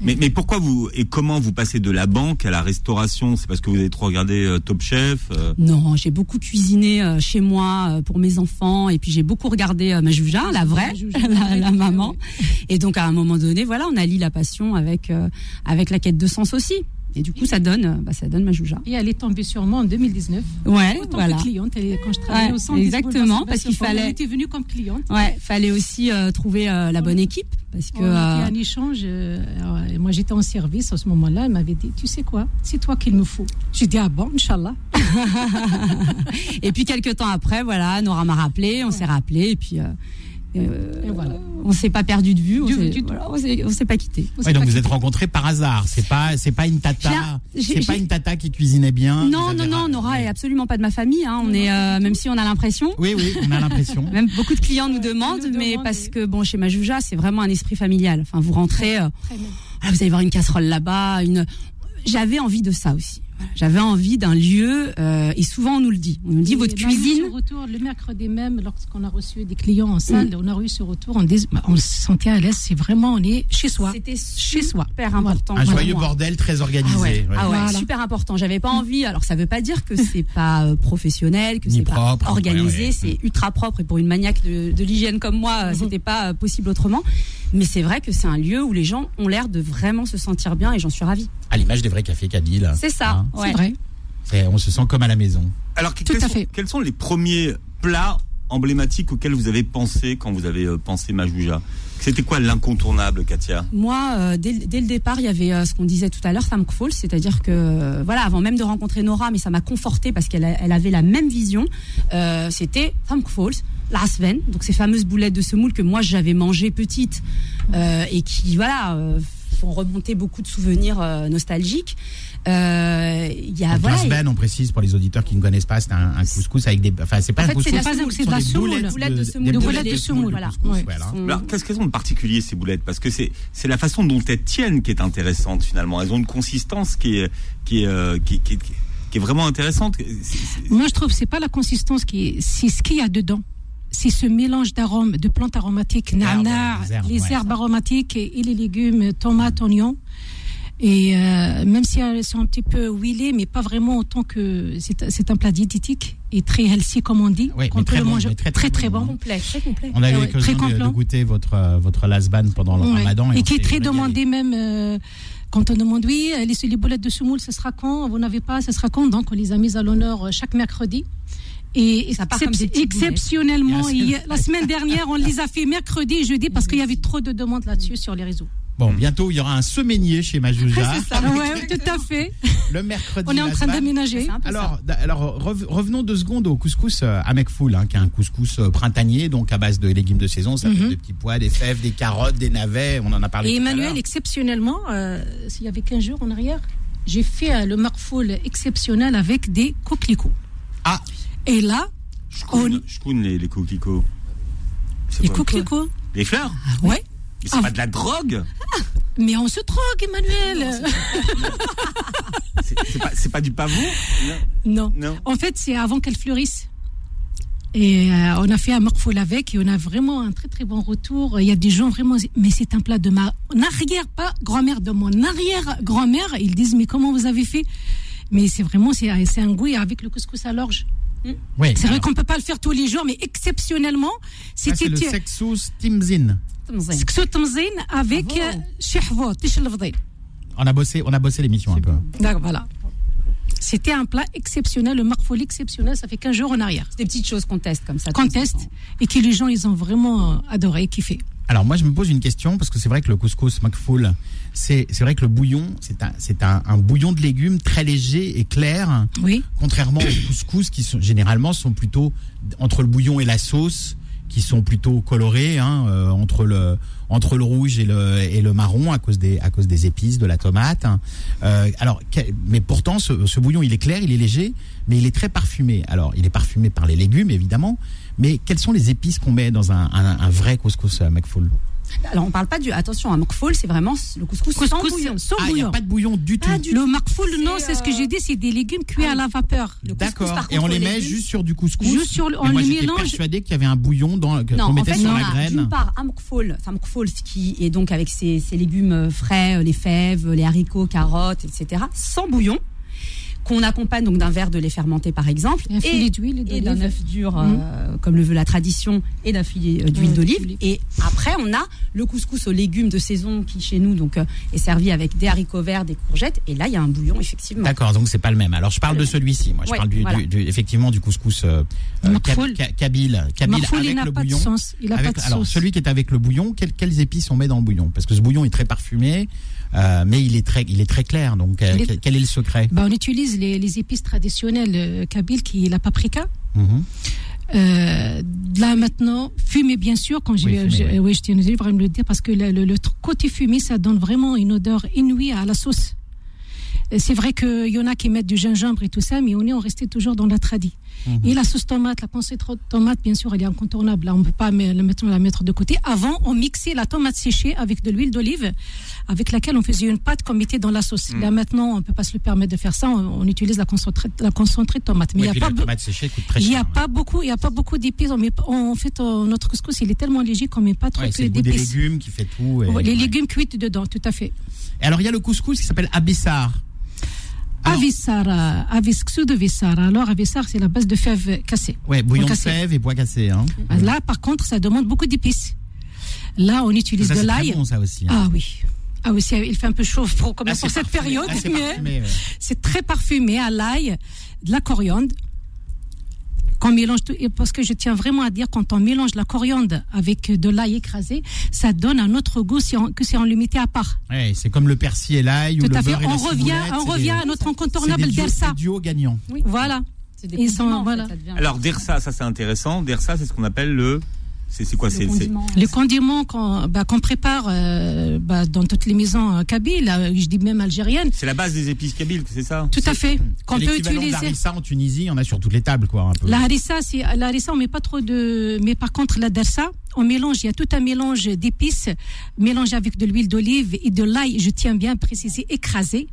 S2: Mais, mais pourquoi vous et comment vous passez de la banque à la restauration C'est parce que vous avez trop regardé euh, Top Chef euh,
S6: Non, j'ai beaucoup cuisiné euh, chez moi euh, pour mes enfants et puis j'ai beaucoup regardé euh, ma Jouja, la vraie,
S5: Jouja, la
S6: la,
S5: vraie,
S6: la
S5: tout à fait,
S6: maman.
S5: ouais. Ah
S6: Et donc à un moment donné, voilà, on allie la passion avec euh, avec la quête de sens aussi. Et du coup, ça donne euh, bah, ça donne ma Jouja.
S5: Et elle est tombée sur moi en 2019.
S6: Ouais,
S5: En tant
S6: voilà.
S5: que cliente, elle est- quand je travaillais
S6: Ouais,
S5: au centre des
S6: exactement, boulevards Sébastien
S5: parce qu'il
S6: Faure,
S5: fallait.
S6: elle
S5: Elle
S6: était
S5: était venue comme cliente.
S6: Ouais, fallait aussi euh, trouver euh, la bonne équipe parce que
S5: On a
S6: euh,
S5: fait un échange. euh, alors, et moi, j'étais en service à ce moment-là. Elle m'avait dit Tu sais quoi C'est toi qu'il nous faut. J'ai dit Ah bon, Inch'Allah.
S6: et puis quelques temps après, voilà, Nora m'a rappelé, on s'est rappelé et puis euh, euh,
S5: Et voilà.
S6: on s'est pas perdu de vue, on
S5: Du-
S6: s'est
S5: du tout.
S6: voilà, on s'est- on s'est pas quitté.
S5: Vous
S3: Ouais,
S5: êtes
S3: donc
S5: pas
S3: vous
S5: qui-
S3: êtes rencontrés par hasard. C'est pas c'est pas une tata,
S6: J'ai- j'ai-
S3: c'est pas
S6: j'ai-
S3: une tata qui cuisinait bien.
S6: Non,
S3: vous
S6: non,
S3: avez-
S6: non, Nora est absolument pas de ma famille. hein. On est, euh, même si on a l'impression,
S3: Oui, oui, on a l'impression.
S6: même beaucoup de clients nous demandent,
S5: nous
S6: mais
S5: demandent,
S6: parce
S5: oui.
S6: que bon, chez Majouja, c'est vraiment un esprit familial. Enfin, vous rentrez, euh,
S5: Très bien.
S6: ah, vous allez voir une casserole là-bas. Une, j'avais envie de ça aussi. Voilà. J'avais envie d'un lieu, euh, et souvent on nous le dit. On nous dit
S5: Et
S6: votre
S5: on a eu
S6: cuisine.
S5: ce retour le mercredi même, lorsqu'on a reçu des clients en salle,
S6: Mm.
S5: on a eu ce retour. On, dis- bah, on se sentait à l'aise. C'est vraiment, on est chez soi.
S6: C'était
S5: Chez soi.
S6: super important.
S3: Un
S6: pour
S3: joyeux
S6: moi.
S3: bordel très organisé.
S6: Ah ouais,
S3: ouais.
S6: ah ouais,
S5: Voilà.
S6: super important. J'avais pas envie. Alors ça veut pas dire que c'est pas euh, professionnel, que
S3: Ni
S6: c'est pas
S3: propre,
S6: organisé,
S3: ouais, ouais.
S6: c'est ultra propre. Et pour une maniaque de, de l'hygiène comme moi, euh, c'était pas euh, possible autrement. Mais c'est vrai que c'est un lieu où les gens ont l'air de vraiment se sentir bien et j'en suis ravie.
S3: À l'image des vrais cafés kabyles.
S6: C'est ça.
S3: Hein.
S6: ouais.
S5: C'est vrai.
S3: C'est- on se sent comme à la maison.
S2: Alors, que-
S5: Tout
S2: quels,
S5: à
S2: sont,
S5: fait.
S2: quels sont les premiers plats emblématiques auxquels vous avez pensé quand vous avez euh, pensé Majouja C'était quoi l'incontournable, Katia
S6: Moi, euh, dès, dès le départ, il y avait euh, ce qu'on disait tout à l'heure, Sam Fall, c'est-à-dire que, euh, voilà, avant même de rencontrer Nora, mais ça m'a confortée parce qu'elle a- elle avait la même vision, euh, c'était Sam Falls, la Sven, donc ces fameuses boulettes de semoule que moi j'avais mangées petite euh, et qui, voilà, euh, font remonter beaucoup de souvenirs euh, nostalgiques. Euh, Il y a,
S3: Donc,
S6: voilà,
S3: la
S6: il y a-
S3: semaine, on précise pour les auditeurs qui ne connaissent pas, c'est un, un couscous avec des. Enfin, c'est pas
S6: En
S3: un
S6: fait,
S3: couscous.
S6: c'est de la
S3: ce
S6: semoule,
S3: sont
S6: c'est de
S3: des
S6: la semoule.
S3: boulettes
S6: Boulettes de
S3: de
S6: semoule.
S3: des
S6: Des
S3: boulettes
S6: boulettes
S3: de
S6: de
S3: semoule.
S6: semoule,
S3: de
S6: voilà.
S3: couscous,
S5: Ouais.
S3: voilà.
S6: sont-
S2: Alors, qu'est-ce qu'elles ont de particulier ces boulettes Parce que c'est c'est la façon dont elles tiennent qui est intéressante finalement. Elles ont une consistance qui est qui est euh, qui, qui- qui- qui est vraiment intéressante. C'est- c'est-
S5: Moi, je trouve que c'est pas la consistance qui est, c'est ce qu'il y a dedans. C'est ce mélange d'arômes, de plantes aromatiques,
S3: herbes,
S5: nana,
S3: les herbes,
S5: les
S3: ouais.
S5: herbes aromatiques et, et les légumes, tomates, oignons. Et euh, même si elles sont un petit peu huilées, mais pas vraiment autant que c'est c'est un plat diététique et très healthy comme on dit.
S3: Ouais,
S5: qu'on
S3: mais
S5: peut
S3: très
S5: le
S3: bon,
S5: manger
S3: mais
S5: très très, bon.
S6: complet, très complet.
S3: On a eu
S5: Ouais,
S3: l'occasion
S5: très
S3: de- de,
S5: complet.
S3: goûter votre euh, votre lasban pendant le
S5: Ouais.
S3: Ramadan
S5: et
S3: on
S5: qui est
S3: s'est- on
S5: très
S3: a galéré.
S5: demandé même euh, quand on demande oui euh, les, les boulettes de semoule ce sera quand vous n'avez pas ce sera quand donc on les a mises à l'honneur euh, chaque mercredi et
S6: Ça part comme des
S5: excep-
S6: petites
S5: exceptionnellement
S3: Il y a-
S5: il y a- la semaine dernière on les a fait mercredi et jeudi parce qu'il y avait trop de demandes là-dessus sur les réseaux
S3: Bon, bientôt il y aura un semainier chez Majouja.
S5: ouais, tout à fait
S3: le mercredi.
S5: On est en
S3: la
S5: train
S3: semaine.
S5: d'aménager.
S6: C'est un peu ça.
S3: Alors, d- alors rev- revenons deux secondes au couscous euh, à McFoul, hein, qui est un couscous euh, printanier, donc à base de légumes de saison. Ça fait des petits pois, des fèves, des carottes, des navets. On en a parlé.
S5: Mhm.
S3: tout
S5: Et
S3: à
S5: Emmanuel,
S3: l'heure.
S5: exceptionnellement, euh, il y avait 15 jours en arrière, j'ai fait euh, le marfoul exceptionnel avec des coquelicots.
S3: Ah.
S5: Et là,
S2: Shkoun, shkoun, les, les coquelicots. C'est
S5: les
S2: quoi
S5: coquelicots,
S2: Les fleurs
S5: ouais.
S2: Mais c'est
S5: Ah.
S2: pas de la drogue
S5: Mais on se drogue, Emmanuel.
S2: C'est c'est pas, c'est pas du pavot
S5: Non.
S2: Non.
S5: En fait, c'est avant qu'elle fleurisse. Et euh, on a fait un morphol avec et on a vraiment un très très bon retour. Il y a des gens vraiment, mais c'est un plat de ma en arrière pas grand-mère de mon arrière-grand-mère. Ils disent mais comment vous avez fait Mais c'est vraiment c'est c'est un goût et avec le couscous à l'orge.
S3: Oui,
S5: C'est vrai
S3: alors,
S5: qu'on peut pas le faire tous les jours, mais exceptionnellement
S3: ça, Ah, c'est
S5: c'était
S3: le sexus timzin.
S5: سكسو تمزين avec
S6: Bravo.
S5: euh, شحفوط تيش الفضيل.
S3: On a bossé, on a bossé l'émission un peu.
S5: Donc voilà. C'était un plat exceptionnel, le marfoli exceptionnel, ça fait 15 jours en arrière.
S6: Des petites choses qu'on teste comme ça. de temps en
S5: qu'on teste
S6: temps.
S5: et que les gens ils ont vraiment euh, adoré, kiffé.
S3: Alors moi je me pose une question parce que c'est vrai que le couscous McFoul, c'est c'est vrai que le bouillon, c'est un c'est un, un bouillon de légumes très léger et clair,
S5: Oui.
S3: contrairement aux couscous qui sont généralement sont plutôt entre le bouillon et la sauce qui sont plutôt colorés hein, euh, entre le entre le rouge et le et le marron à cause des à cause des épices de la tomate. hein. Euh, alors que- mais pourtant ce, ce bouillon il est clair, il est léger, mais il est très parfumé. Alors il est parfumé par les légumes évidemment, mais quelles sont les épices qu'on met dans un un, un vrai couscous euh, McFoul
S6: Alors on parle pas du. Attention, un mokfol, c'est vraiment le couscous, sans
S5: Couscous
S6: bouillon.
S5: sans
S3: Ah, il n'y a
S5: bouillon.
S3: pas de bouillon du tout.
S6: Pas du-
S5: Le marfoul,
S6: C'est,
S5: non, c'est ce que
S6: euh, Ah
S5: j'ai dit, c'est des légumes cuits à la vapeur.
S6: couscous,
S3: D'accord.
S6: par
S3: Et on
S6: contre,
S3: les
S6: les
S3: met
S6: légumes-
S3: juste sur du couscous.
S5: Juste sur le-
S3: Mais
S5: on
S3: moi,
S5: les
S3: j'étais
S5: mélange.
S3: persuadé qu'il y avait un bouillon dans que- qu'on
S6: Non, en
S3: mettait
S6: fait,
S3: sur
S6: on
S3: la
S6: a d'une
S3: graine.
S6: part un mokfol, enfin mokfol, ce qui est donc avec ses, ses légumes euh, frais, euh, les fèves, les haricots, carottes, etc., sans bouillon, qu'on accompagne donc d'un verre de lait fermenté par exemple,
S5: Un filet d'huile
S6: et
S5: d'olive.
S6: d'un œuf dur, euh, comme le veut la tradition, et d'un filet euh, d'huile
S5: Ouais,
S6: d'olive.
S5: d'olive.
S6: Et après, on a le couscous aux légumes de saison qui chez nous donc euh, est servi avec des haricots verts, des courgettes, et là il y a un bouillon effectivement.
S3: D'accord, donc c'est pas le même. Alors je
S5: Euh,
S3: parle de celui-ci. Moi, je
S6: Ouais,
S3: parle du,
S6: voilà.
S3: du- du- effectivement du couscous euh, euh,
S5: Makfoul.
S3: Ka- Ka- kabyle, kabyle
S5: Makfoul, il
S3: avec
S5: n'a
S3: le
S5: pas de
S3: bouillon.
S5: sens. Il n'a pas
S3: Avec-
S5: de
S3: alors
S5: sauce.
S3: celui qui est avec le bouillon, quelles, quelles épices on met dans le bouillon Parce que ce bouillon est très parfumé, euh, mais il est très, il est très clair. Donc euh,
S5: Il est-
S3: quel- quel est le secret
S5: Bah, on utilise les, les épices traditionnelles euh, kabyles, qui est la paprika.
S3: Mhm.
S5: Euh, là maintenant, fumée bien sûr, quand j'ai-
S3: Oui, fumée,
S5: j'ai-
S3: oui.
S5: euh, oui, je tiens à me le dire, parce que le, le- le tr- côté fumé, ça donne vraiment une odeur inouïe à la sauce. Et Euh, C'est vrai qu'il y en a qui mettent du gingembre et tout ça, mais on est on restait toujours dans la tradie.
S3: Mhm.
S5: Et la sauce tomate, la concentrée de tomate, bien sûr, elle est incontournable. Là, on ne peut pas me- la mettre, la mettre de côté. Avant, on mixait la tomate séchée avec de l'huile d'olive, avec laquelle on faisait une pâte qu'on mettait dans la sauce.
S3: Mhm.
S5: Là maintenant, on ne peut pas se le permettre de faire ça. On, on utilise la concentrée, la concentrée de tomate. Mais
S3: Oui,
S5: il n'y
S3: puis
S5: a pas
S3: la
S5: be-
S3: tomate séchée coûte très
S5: il
S3: cher.
S5: n'y a
S3: hein.
S5: pas beaucoup, il y a pas beaucoup d'épices. On met- on- en fait, euh, notre couscous, il est tellement léger qu'on met pas trop
S3: Ouais,
S5: que
S3: c'est le goût des
S5: d'épices.
S3: légumes qui fait tout. et-
S5: Ouais, les
S3: ouais.
S5: légumes cuits dedans, tout à fait.
S3: Et Alors il y a le couscous qui s'appelle abissar. Alors-
S5: Avissara, avis, ksou euh, de vissara. Alors, avissar, c'est la base de fèves cassées.
S3: Ouais, bouillon de
S5: cassé.
S3: fèves et bois cassé. Hein.
S5: Là, par contre, ça demande beaucoup d'épices. Là, on utilise
S3: Ça,
S5: de
S3: c'est
S5: l'ail.
S3: très bon, ça aussi. hein.
S5: Ah oui. Ah oui, c'est- il fait un peu chaud pour, comme
S3: Là,
S5: pour
S3: c'est
S5: cette
S3: parfumé.
S5: période.
S3: Là, c'est
S5: mais
S3: parfumé, ouais.
S5: C'est très parfumé à l'ail, de la coriandre. Qu'on mélange tout, et parce que je tiens vraiment à dire, quand on mélange la coriandre avec de l'ail écrasé, ça donne un autre goût si on- que si on le mettait à part.
S3: Ouais, c'est comme le persil et l'ail ou
S5: Tout
S3: le
S5: à fait.
S3: beurre et la
S5: On revient,
S3: ciboulette,
S5: on
S3: c'est
S5: revient à
S3: des-
S5: notre
S3: c'est
S5: incontournable
S3: des duos-
S5: Dersa.
S3: des duos gagnants.
S5: Voilà.
S6: C'est des
S5: Ils sont-
S6: condiments, en fait,
S5: voilà.
S6: ça devient-
S2: Alors, Dersa, ça c'est intéressant. Dersa, c'est ce qu'on appelle le. C'est c'est quoi
S6: le
S2: C'est c'est-
S6: condiment.
S5: Les condiments qu'on bah, qu'on prépare euh, bah, dans toutes les maisons euh, kabyles, euh, je dis même algériennes,
S2: c'est la base des épices kabyles, c'est ça
S5: tout à fait, qu'on
S3: C'est
S5: peut
S3: l'équivalent de
S5: utiliser.
S3: l'harissa en Tunisie, on a sur toutes les tables, quoi. Un peu.
S5: La harissa, c'est la harissa, on met pas trop de, mais par contre la darsa, on mélange, il y a tout un mélange d'épices, mélangé avec de l'huile d'olive et de l'ail. Je tiens bien à préciser, écrasé,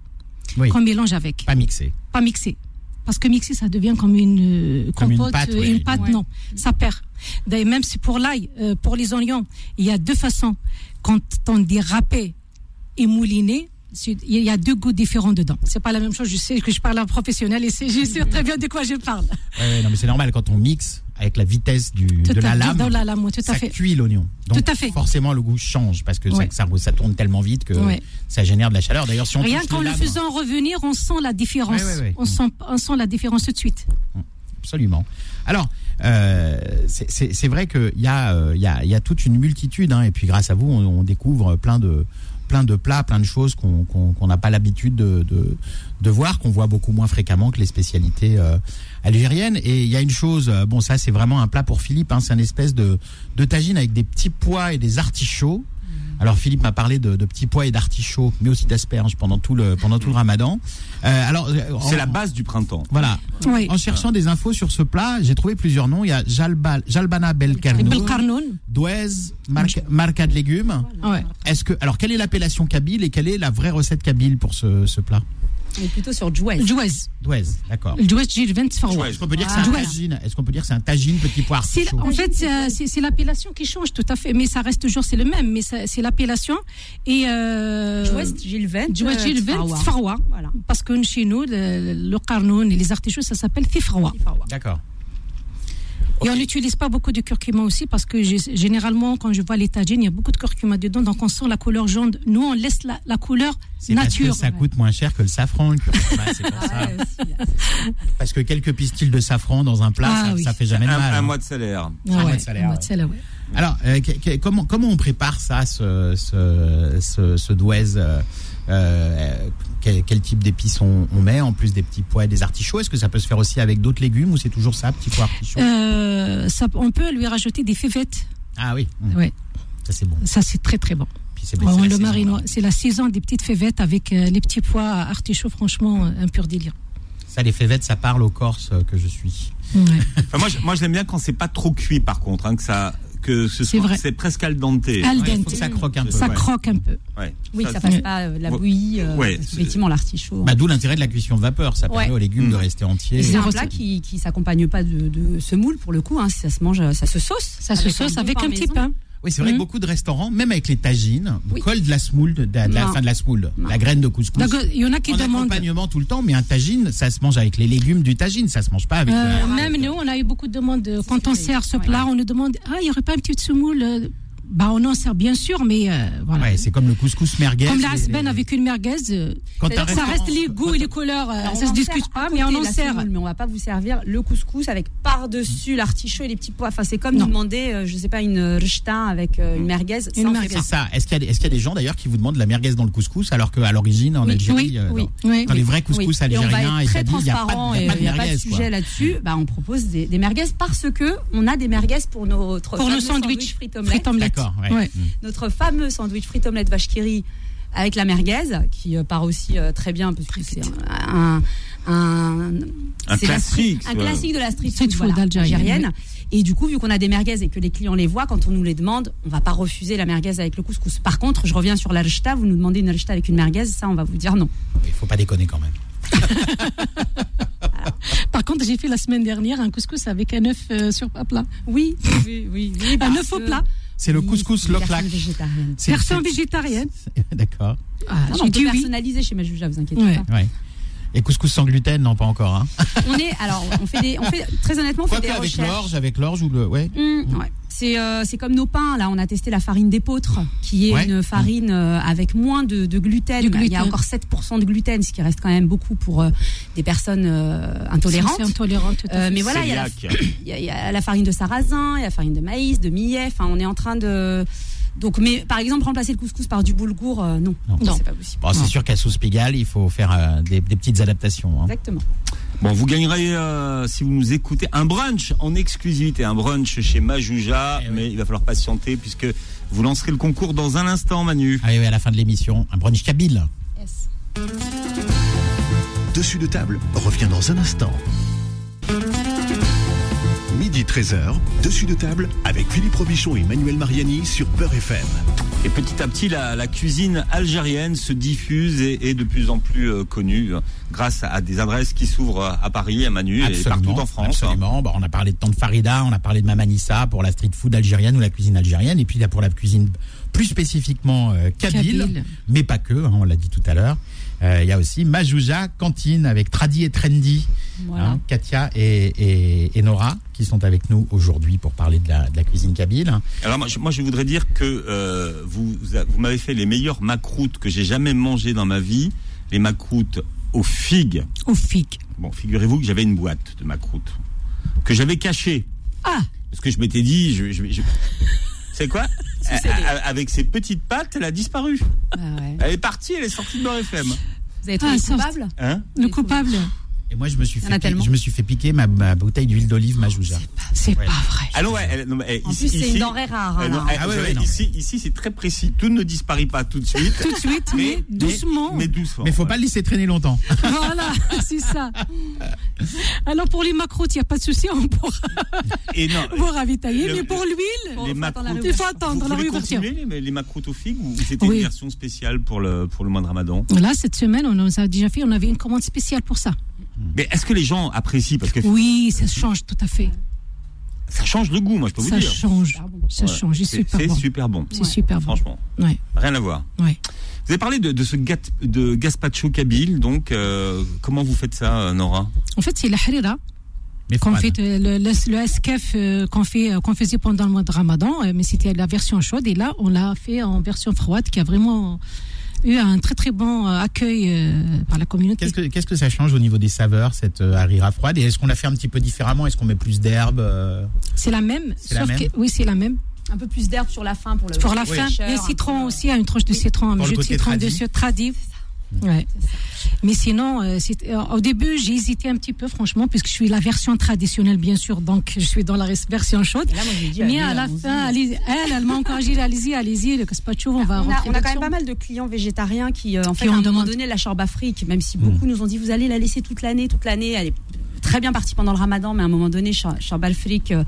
S3: Oui,
S5: qu'on mélange avec,
S3: pas mixé.
S5: pas mixé, parce que mixé ça devient comme une euh,
S3: Comme une
S5: compote,
S3: pâte,
S5: euh,
S3: oui.
S5: une pâte
S6: Ouais.
S5: non, ça perd. D'ailleurs même si pour l'ail, euh, pour les oignons, il y a deux façons. Quand on dit râpé et mouliné. c'est- Il y a deux goûts différents dedans. C'est pas la même chose. Je sais que je parle à un professionnel et c'est- je sais très bien de quoi je parle.
S3: Ouais, ouais, non, mais c'est normal quand on mixe avec la vitesse du,
S5: Tout
S3: de la
S5: à-
S3: lame.
S5: dans la lame, ouais, tout
S3: ça
S5: à fait.
S3: cuit l'oignon. Donc
S5: Tout à fait.
S3: forcément le goût change parce que ça-
S5: Ouais.
S3: ça, ça, tourne tellement vite que
S5: Ouais.
S3: ça génère de la chaleur. D'ailleurs, si on
S5: Rien
S3: touche
S5: qu'en
S3: les
S5: le
S3: labres-
S5: faisant revenir, on sent la différence.
S3: Ouais, ouais, ouais.
S5: On, sent, on sent la différence tout de suite.
S3: Absolument. Alors, euh, c'est- c'est c'est vrai qu'il y, a, euh, il y, a, il y a toute une multitude, hein, et puis grâce à vous, on, on découvre plein de, plein de plats, plein de choses qu'on qu'on- qu'on n'a pas l'habitude de, de, de voir, qu'on voit beaucoup moins fréquemment que les spécialités euh, algériennes. Et il y a une chose, euh, bon ça c'est vraiment un plat pour Philippe, hein, c'est une espèce de, de tagine avec des petits pois et des artichauts. Alors Philippe m'a parlé de, de petits pois et d'artichauts, mais aussi d'asperges pendant tout le pendant tout le Ramadan. Euh, alors euh,
S2: C'est
S3: en-
S2: la base du printemps.
S3: Voilà.
S5: Oui.
S3: En cherchant des infos sur ce plat, j'ai trouvé plusieurs noms. Il y a Jalba- Jalbana Belkarno,
S5: Belkarnoun.
S3: Douez, marca, Marca de légumes.
S5: Ouais.
S3: Est-ce que alors quelle est l'appellation kabyle et quelle est la vraie recette kabyle pour ce, ce plat
S6: On est plutôt sur Jouez.
S5: Jouez.
S3: Douez, d'accord.
S5: Jouez, j'ai le 20
S2: Jouez.
S3: Est-ce qu'on peut dire que c'est un
S5: Voilà.
S3: tagine Est-ce qu'on peut dire que c'est un tagine petit pois
S5: C'est-
S3: artichaut
S5: en fait, c'est- euh, c'est c'est l'appellation qui change tout à fait, mais ça reste toujours c'est le même, mais ça- c'est l'appellation et euh,
S6: Jouez, Gilles Vent.
S5: Jouez, j'ai le 20 Tfarwa.
S6: Voilà.
S5: Parce que chez nous, le, le carnoun et les artichauts, ça s'appelle Tifrawa.
S3: D'accord.
S5: Et on n'utilise pas beaucoup de curcuma aussi parce que j'ai- généralement, quand je vois les tagines, il y a beaucoup de curcuma dedans, donc on sent la couleur jaune. Nous, on laisse la, la couleur
S3: C'est parce que
S5: nature.
S3: ça coûte moins cher que le safran. le curcuma, c'est
S5: Ah,
S3: pour
S6: Ah,
S3: ça.
S5: euh,
S3: Parce que quelques pistils de safran dans un plat,
S5: Ah
S3: ça,
S5: oui.
S3: ça fait jamais
S2: Un,
S3: de mal.
S2: un
S3: hein.
S2: mois de salaire.
S5: Ouais,
S3: Ah ouais, ça a l'air,
S5: ouais,
S3: ouais.
S5: ça a l'air, ouais.
S3: Alors, euh, que- que- comment, comment on prépare ça, ce, ce, ce, ce douaise euh, euh, quel, quel type d'épices on, on met, en plus des petits pois et des artichauts Est-ce que ça peut se faire aussi avec d'autres légumes ou c'est toujours ça, petits pois, artichauts
S5: Euh, ça- on peut lui rajouter des févettes.
S3: Ah oui, mmh,
S5: Ouais,
S3: ça c'est bon.
S5: ça c'est très très bon.
S3: Puis c'est
S5: On
S3: c'est la
S5: le
S3: saison,
S5: marine,
S3: là.
S5: ouais. c'est la saison des petites févettes avec euh, les petits pois artichauts, franchement, euh, un pur délire.
S3: Ça, les févettes, ça parle aux Corses euh, que je suis.
S5: Ouais.
S2: Enfin, moi, je- moi, je l'aime bien quand c'est pas trop cuit, par contre, hein, que ça, que ce
S5: C'est
S2: soit-
S5: vrai.
S2: c'est presque al dente.
S5: Al
S3: Ouais, il faut
S5: dente.
S3: que ça croque un peu.
S5: Ça
S2: ouais.
S5: croque un peu.
S2: Ouais.
S6: Oui, ça
S2: Ça-
S6: fasse pas euh, de la
S2: Ouais.
S6: bouillie, euh,
S2: Ouais,
S6: parce que
S2: c'est-
S6: effectivement l'artichaut.
S3: Bah, D'où l'intérêt de la cuisson de vapeur, ça permet
S6: Ouais.
S3: aux légumes de
S2: Mmh.
S3: rester
S6: Et
S3: entiers.
S6: c'est un
S5: Zéro
S6: plat
S5: sauce.
S6: qui, qui s'accompagne pas de, de semoule pour le coup, hein, ça se mange, ça se sauce.
S5: Ça se sauce
S6: bon
S5: avec
S6: pain
S5: un petit
S6: maison.
S5: pain.
S3: Oui, c'est vrai que
S5: Mmh.
S3: beaucoup de restaurants, même avec les tagines, vous
S6: Oui.
S3: collent de la semoule, de, de la- de la
S6: Non.
S3: fin de la semoule,
S6: Non.
S3: la graine de couscous.
S5: Donc, il y en a qui
S3: en
S5: demandent.
S3: accompagnement tout le temps, mais un tagine, ça se mange avec les légumes du tagine, ça se mange pas avec.
S5: Euh,
S3: euh,
S5: même nous, on a eu beaucoup de demandes. euh, Quand on
S6: ce que
S5: sert
S6: j'ai-
S5: ce
S6: ouais.
S5: plat, on nous demande Ah, il n'y aurait pas une petite semoule euh, Bah, on en sert bien sûr, mais euh, voilà.
S3: Ouais, c'est comme le couscous merguez.
S5: Comme
S3: les-
S5: la hasben
S3: les-
S5: avec une merguez, euh,
S3: Quand
S6: C'est-à-dire
S3: un
S6: que
S5: ça
S3: restaurant-
S5: reste les goûts et les couleurs, euh,
S6: Alors, on
S5: ça
S6: en
S5: se discute
S6: sert à
S5: pas,
S6: côté
S5: mais on en
S6: la
S5: sert.
S6: semoule, mais on va pas vous servir le couscous avec par-dessus l'artichaut et les petits pois. Enfin, c'est comme
S5: Non.
S6: demander, euh, je sais pas, une euh, rechta avec euh, une merguez. ça,
S5: Une
S6: on fait
S5: merguez.
S6: pas.
S3: C'est ça. Est-ce qu'il y, a des- est-ce qu'il y a des gens d'ailleurs qui vous demandent de la merguez dans le couscous alors qu'à l'origine en
S5: Oui,
S3: Algérie,
S5: oui,
S3: euh,
S5: oui,
S3: dans,
S5: oui,
S3: dans les vrais couscous
S6: Oui. Et on
S3: algériens,
S6: va être très
S3: établis, il n'y a pas
S6: transparent
S3: de, il
S6: et
S3: y a pas de
S6: il n'y a pas de
S3: merguez, quoi.
S6: sujet là-dessus. Bah, on propose des, des merguez parce que on a des merguez pour notre
S5: Pour
S6: fameux
S5: le sandwich,
S6: frites omelettes.
S5: frites omelette.
S3: D'accord, ouais.
S5: Ouais.
S3: Mm.
S6: notre fameux sandwich frites omelette vache qui rit avec la merguez qui euh, part aussi euh, très bien parce que c'est un, un,
S2: Un
S6: c'est la
S2: classique,
S6: street- un
S2: ouais.
S6: classique de la street
S5: Street
S6: food,
S5: food
S6: voilà,
S5: algérienne,
S6: algérienne. Et du coup, vu qu'on a des merguez et que les clients les voient, quand on nous les demande, on va pas refuser la merguez avec le couscous. Par contre, je reviens sur la rechta, vous nous demandez une rechta avec une merguez, ça on va vous dire non.
S3: Il faut pas déconner quand même.
S5: Par contre, j'ai fait la semaine dernière un couscous avec un œuf euh, sur un plat.
S6: Oui, oui, oui.
S5: Un œuf au plat.
S3: C'est le
S6: Oui,
S3: couscous
S6: c'est une
S3: loclac.
S6: version végétarienne.
S3: C'est-
S5: Version
S3: c'est-
S5: végétarienne.
S3: D'accord.
S5: Ah,
S6: Ah, non,
S5: j'ai
S6: on peut
S5: dit oui.
S6: personnaliser chez Majouja, vous inquiétez
S5: Ouais.
S6: pas.
S3: Ouais. Et couscous sans gluten, non pas encore. Hein.
S6: On est, alors, on fait des, on fait, très honnêtement, on fait
S3: Quoique
S6: Ah, des
S3: avec
S6: recherches.
S3: l'orge, avec l'orge ou le, ouais.
S6: Mmh, ouais. C'est euh, c'est comme nos pains, là on a testé la farine d'épeautre, qui est
S3: Ouais.
S6: une farine euh, avec moins de, de gluten.
S5: Du gluten.
S6: Il y a encore 7% de gluten, ce qui reste quand même beaucoup pour euh, des personnes euh, intolérantes.
S5: C'est intolérant, tout à
S6: Euh,
S5: fait.
S6: mais voilà, il y, a la,
S2: Celiac.
S6: il y a- il y a la farine de sarrasin, il y a la farine de maïs, de millet, enfin on est en train de... Donc, mais par exemple, remplacer le couscous par du boulgour, euh, non,
S3: Non.
S6: c'est pas possible.
S3: Bon, c'est
S6: Non.
S3: sûr qu'à sauce Pigalle, il faut faire euh, des, des petites adaptations. hein.
S6: Exactement.
S2: Bon, vous gagnerez, euh, si vous nous écoutez, un brunch en exclusivité, un brunch chez Majouja,
S3: Eh oui.
S2: mais il va falloir patienter puisque vous lancerez le concours dans un instant, Manu.
S3: Ah oui, à la fin de l'émission, un brunch kabyle.
S1: Dessus de table revient dans un instant. Midi 13h, dessus de table avec Philippe Robichon et Manuel Mariani sur Peur FM.
S2: Et petit à petit, la, la cuisine algérienne se diffuse et est de plus en plus euh, connue euh, grâce à, à des adresses qui s'ouvrent euh, à Paris, à Manu et partout en France. hein.
S3: Absolument. Bon, on a parlé de temps de Farida, on a parlé de Mamanissa pour la street food algérienne ou la cuisine algérienne, et puis là pour la cuisine plus spécifiquement euh, kabyle,
S5: Kabyle.
S3: mais pas que, hein, on l'a dit tout à l'heure. Euh, Il y a aussi Majouja Cantine avec Tradi et Trendy,
S6: Voilà.
S3: hein, Katia et, et- et Nora qui sont avec nous aujourd'hui pour parler de la, de la cuisine kabyle. hein.
S2: Alors moi je, moi, je voudrais dire que euh, vous, vous m'avez fait les meilleures macroutes que j'ai jamais mangées dans ma vie, les macroutes aux figues.
S5: Au fig.
S2: Bon, figurez-vous que j'avais une boîte de macroutes que j'avais cachée.
S5: Ah,
S2: Parce que je m'étais dit, je, je- je- C'est quoi
S6: Sous CD.
S2: A- a- Avec ses petites pattes, elle a disparu.
S6: Ah ouais.
S2: Elle est partie, elle est sortie de Beurre FM.
S6: Vous avez trouvé
S5: Ah,
S6: le
S5: ça,
S6: coupable
S2: Hein
S5: Le coupable,
S3: Et moi, je me suis
S6: y en
S3: fait,
S6: a
S3: piquer-
S6: tellement.
S3: je me suis fait piquer ma, ma bouteille d'huile d'olive, ma jouja.
S5: c'est
S3: Ouais.
S5: pas vrai.
S2: Ah non, ouais, elle- non, mais, eh,
S6: En
S2: ici,
S6: plus, c'est
S2: ici-
S6: une denrée rare. hein,
S2: eh, non,
S6: là.
S2: eh,
S3: Ah ouais,
S2: je-
S3: ouais, non.
S2: ici, ici c'est très précis. Tout ne disparaît pas tout de suite.
S5: Tout de suite,
S2: Mais-
S5: mais, doucement.
S2: Mais doucement.
S3: Mais faut pas le laisser traîner longtemps.
S5: Voilà, c'est ça. Alors pour les macroutes, il n'y a pas de souci, on pourra
S2: Et non,
S5: vous ravitailler.
S2: Le-
S5: mais pour l'huile,
S6: Faut
S2: les
S6: attendre la
S2: macros-
S5: il faut
S2: Vous
S5: attendre la
S2: voulez
S5: réouverture.
S2: continuer les, les macroutes aux figues ou c'était
S5: Oui.
S2: une version spéciale pour le, pour le mois de ramadan
S5: Là, cette semaine, on nous a déjà fait, on avait une commande spéciale pour ça.
S2: Mais est-ce que les gens apprécient Parce que
S5: Oui, ça change tout à fait.
S2: ça change le goût, moi je peux vous
S5: Ça
S2: dire.
S5: change.
S6: Ah bon.
S5: Ça
S2: Ouais.
S5: change, c'est
S2: C'est
S5: super
S2: c'est
S5: bon.
S2: super bon.
S5: C'est
S6: Ouais.
S5: super bon.
S2: Franchement,
S5: Ouais,
S2: rien à voir.
S5: ouais.
S2: Vous avez parlé de, de ce gat- de gazpacho kabyle, donc euh, comment vous faites ça, euh, Nora
S5: En fait, c'est la harira
S3: Mais
S5: qu'on
S3: froide.
S5: fait, euh, le, le- le SKF euh, qu'on fait, euh, qu'on faisait pendant le mois de Ramadan, euh, mais c'était la version chaude. Et là, on l'a fait en version froide, qui a vraiment eu un très très bon euh, accueil euh, par la communauté.
S3: Qu'est-ce que, qu'est-ce que ça change au niveau des saveurs, cette euh, harira froide Et est-ce qu'on la fait un petit peu différemment Est-ce qu'on met plus d'herbe euh,
S5: C'est la même,
S3: C'est la
S5: sauf
S3: même
S5: que oui, c'est la même.
S6: Un peu plus d'herbe sur la fin pour le.
S5: Pour la
S3: Oui.
S5: fin,
S6: Fraîcheur,
S5: les
S6: un
S5: citrons
S6: peu,
S5: aussi, un une tranche de citron, un
S3: Pour le
S5: jus de
S3: côté
S5: citron
S3: tradi.
S5: dessus, tradif. Ouais. Mais sinon, euh, c'est- euh, au début, j'ai hésité un petit peu, franchement, puisque je suis la version traditionnelle, bien sûr, donc je suis dans la res- version chaude.
S6: Là, moi, j'ai dit,
S5: Mais
S6: allez,
S5: à la
S6: allons-y.
S5: fin, allez, elle, elle m'a encouragé, allez-y, allez-y, le gazpacho, on va
S6: on a,
S5: rentrer.
S6: on a quand
S5: là-dessus.
S6: même pas mal de clients végétariens qui, euh, en fait,
S5: Qui Hmm. en
S6: à un moment
S5: demandent.
S6: donné, la charbe afrique, même si beaucoup nous ont dit, vous allez la laisser toute l'année, toute l'année, elle est très bien partie pendant le ramadan, mais à un moment donné, char- charbe afrique, euh,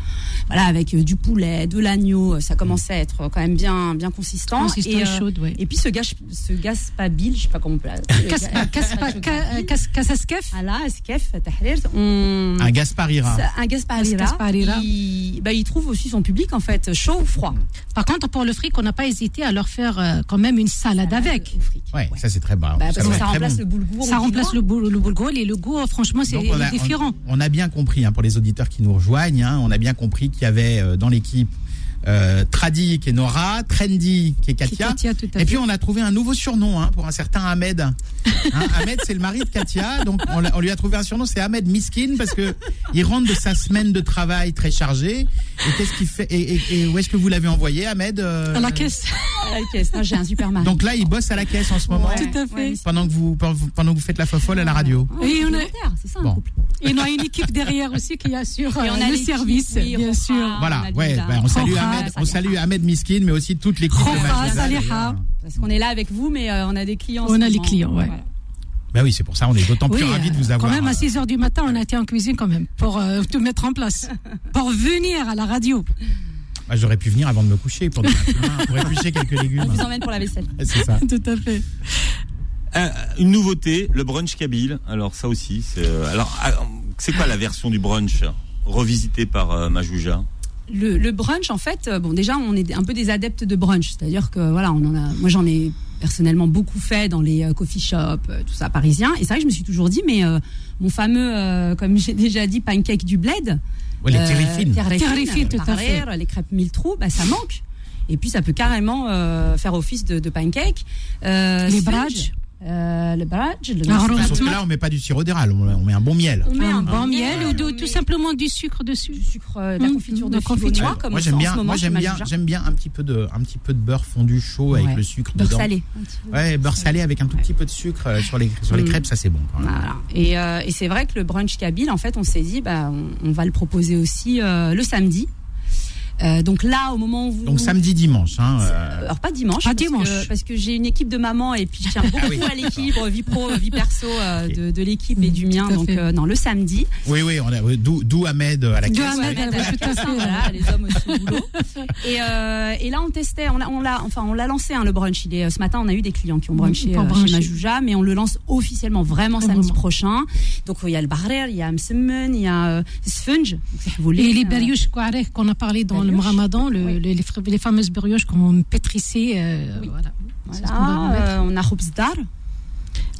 S6: voilà, avec euh, du poulet, de l'agneau, euh, ça commençait à être euh, quand même bien, bien consistant.
S5: Consistant et chaude, ouais.
S6: Et puis ce, gâche, ce gaspabil, je sais pas comment on peut l'appeler.
S5: Caspa- caspa- ca- euh, cas- Casaskef,
S6: Voilà, Askef, Tahrir, on...
S3: Un gasparira.
S6: Mm. Ça, Un gasparira,
S5: Un gasparira.
S6: Il, bah, il trouve aussi son public en fait chaud ou froid.
S5: Par contre, pour le fric, on n'a pas hésité à leur faire euh, quand même une salade avec.
S6: Au Euh, fric.
S3: Ouais, ça c'est très bas.
S6: Bah, parce
S3: va
S6: que
S3: être
S6: ça
S3: très
S6: remplace
S3: bon.
S6: le boulgour.
S5: Ça
S6: au
S5: remplace
S6: quinoa.
S5: le, boul- le boulgol et le goût, euh, franchement, c'est
S3: Donc, on,
S5: il
S3: a,
S5: est différent.
S3: on- on a bien compris, hein, pour les auditeurs qui nous rejoignent, hein, on a bien compris qu'il y avait euh, dans l'équipe euh, Tradi qui est Nora, Trendy qui est Katia.
S5: Katia, tout à
S3: et
S5: fait.
S3: puis on a trouvé un nouveau surnom hein, pour un certain Ahmed. Hein, Ahmed, c'est le mari de Katia, donc on, l'a- on lui a trouvé un surnom, c'est Ahmed Miskin, parce que il rentre de sa semaine de travail très chargée. Et qu'est-ce qu'il fait et, et- et où est-ce que vous l'avez envoyé, Ahmed euh,
S5: À la caisse,
S6: Ah, ok, ça, j'ai un super mari.
S3: Donc là, il bosse à la caisse en ce moment,
S6: Ouais.
S5: tout à fait.
S3: pendant que vous pendant que vous faites la fofolle à la radio.
S6: Ah,
S5: Et on a-
S6: complémentaire, c'est ça un
S3: Bon.
S6: couple.
S5: Et on a une équipe derrière aussi qui assure euh, le
S6: l'équipe,
S5: service,
S6: oui,
S5: bien
S6: Rofa,
S5: sûr.
S3: Voilà,
S6: on a
S3: ouais,
S6: Lila.
S3: bah, on salue
S5: Rofa,
S3: Ahmed, on
S6: Saliha.
S3: salue Ahmed Miskin, mais aussi toute l'équipe. de
S5: Rofa,
S3: Majida,
S5: Saliha.
S3: d'ailleurs.
S6: Parce qu'on est là avec vous, mais euh, on a des clients. en
S5: On
S6: ce
S5: a les
S6: moment.
S5: clients, ouais.
S6: Voilà.
S3: Bah oui, c'est pour ça, on est d'autant plus
S5: Oui,
S3: ravis de vous
S5: euh,
S3: avoir.
S5: Quand même,
S3: euh,
S5: à 6 heures du matin, on a été en cuisine quand même pour euh, tout mettre en place, pour venir à la radio.
S3: bah, J'aurais pu venir avant de me coucher pour donner un coup de main, pour éplucher quelques
S6: On
S3: légumes.
S6: vous emmène pour la vaisselle.
S3: C'est ça.
S5: Tout à fait.
S2: Euh, Une nouveauté, le brunch kabyle. Alors ça aussi, c'est euh, alors ah, c'est quoi la version du brunch revisitée par euh, Majouja
S6: Le, le brunch, en fait, euh, bon, déjà, on est un peu des adeptes de brunch. C'est-à-dire que, voilà, on en a, moi, j'en ai personnellement beaucoup fait dans les euh, coffee shops, euh, tout ça, parisiens. Et c'est vrai que je me suis toujours dit, mais euh, mon fameux, euh, comme j'ai déjà dit, pancake du bled.
S3: Ouais, les
S6: euh,
S3: terrifines.
S5: Terrifines, tout à
S6: par
S5: fait.
S6: ailleurs, euh, Les crêpes mille trous, bah, ça manque. Et puis, ça peut carrément euh, faire office de, de pancake. Euh,
S5: Les
S6: sponge,
S5: bradges.
S6: euh, le bradge. Le
S5: La
S6: le-
S3: Sauf que
S5: Heureusement.
S3: là, on met pas du sirop d'érable, on, on met un bon miel.
S6: on met
S5: un bon miel ou
S6: on
S5: de-
S6: met
S5: tout simplement du sucre dessus.
S6: du sucre, euh, de la
S5: Mm,
S6: confiture de
S5: la
S6: figue au
S5: confiture.
S6: noix,
S5: Ouais,
S6: comme
S3: moi
S6: on
S3: j'aime
S6: fait en
S3: bien,
S6: ce moment
S3: moi
S6: chez
S3: j'aime bien,
S6: Major.
S3: j'aime bien un petit peu de, un petit peu de beurre fondu chaud avec
S6: Ouais.
S3: le sucre
S6: Beurre
S3: dedans.
S6: salé. un petit peu.
S3: Ouais, beurre salé avec un tout petit peu de sucre euh, sur les sur les
S6: Mm.
S3: crêpes, ça c'est bon. Quand même.
S6: Voilà. Et, euh, et c'est vrai que le brunch Kabyle, en fait, on s'est dit, bah, on, on va le proposer aussi euh, le samedi. Euh, donc là, au moment où vous-
S3: Donc samedi dimanche. Hein, euh,
S6: Alors pas dimanche,
S5: Pas
S6: parce,
S5: dimanche. Ah
S6: Que, parce que j'ai une équipe de mamans et puis je tiens beaucoup
S3: oui.
S6: à l'équilibre vie pro, vie perso euh, de, de l'équipe et
S5: Mm,
S6: du mien.
S5: tout à
S6: Donc
S5: fait.
S6: euh, non, le samedi.
S3: oui, oui, on a- oui, d'où d'où Ahmed euh, à la
S5: D'où
S3: caisse.
S5: Ahmed.
S3: ouais.
S5: Ah ouais,
S6: Madame
S5: ouais, tout à
S6: Cassin,
S5: fait.
S6: voilà, les hommes aussi au boulot. Et, euh, et là, on testait, on l'a, on l'a, enfin, on l'a lancé hein, le brunch. Il est, ce matin, on a eu des clients qui ont brunché
S5: Pour
S6: euh, chez
S5: bruncher.
S6: Majouja, mais on le lance officiellement vraiment samedi
S5: Vraiment.
S6: prochain. Donc il y a le barrer, il y a Amsemen, il y a euh, Sfunge. Donc, si vous voulez,
S5: Et les
S6: euh,
S5: brioches kouarek qu'on a parlé dans le
S6: brioches.
S5: ramadan, le-
S6: Oui.
S5: le- les, fr- les fameuses brioches qu'on pétrissait. euh, voilà. C'est ce qu'on va
S6: voilà,
S5: remettre.
S6: euh, on a Houbzdar.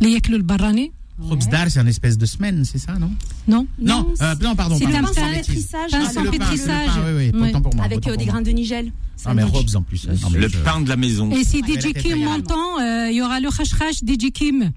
S5: Les yakloul barani,
S3: Robsdar, c'est un espèce de semaine, c'est ça, non
S5: non
S3: Non,
S6: c'est-
S3: euh, non, pardon.
S5: c'est
S3: pardon,
S5: un
S3: je dis
S5: pain-
S3: bêtise.
S6: pétrissage,
S5: pain
S6: ah,
S5: sans
S3: le pain, le
S5: pétrissage.
S3: pain, oui, oui,
S5: Ouais.
S3: autant pour moi.
S6: avec
S3: autant
S6: euh,
S3: pour
S6: des
S3: moi.
S6: grains de nigel.
S3: Ah, mais
S6: sandwich.
S3: Robs en plus. hein. Non, mais
S2: Le
S3: je-
S2: pain de la maison.
S5: Et si
S3: mais la
S5: DJ
S3: tête
S5: Kim
S3: également.
S5: m'entend, euh, il y aura le hash hash DJ Kim.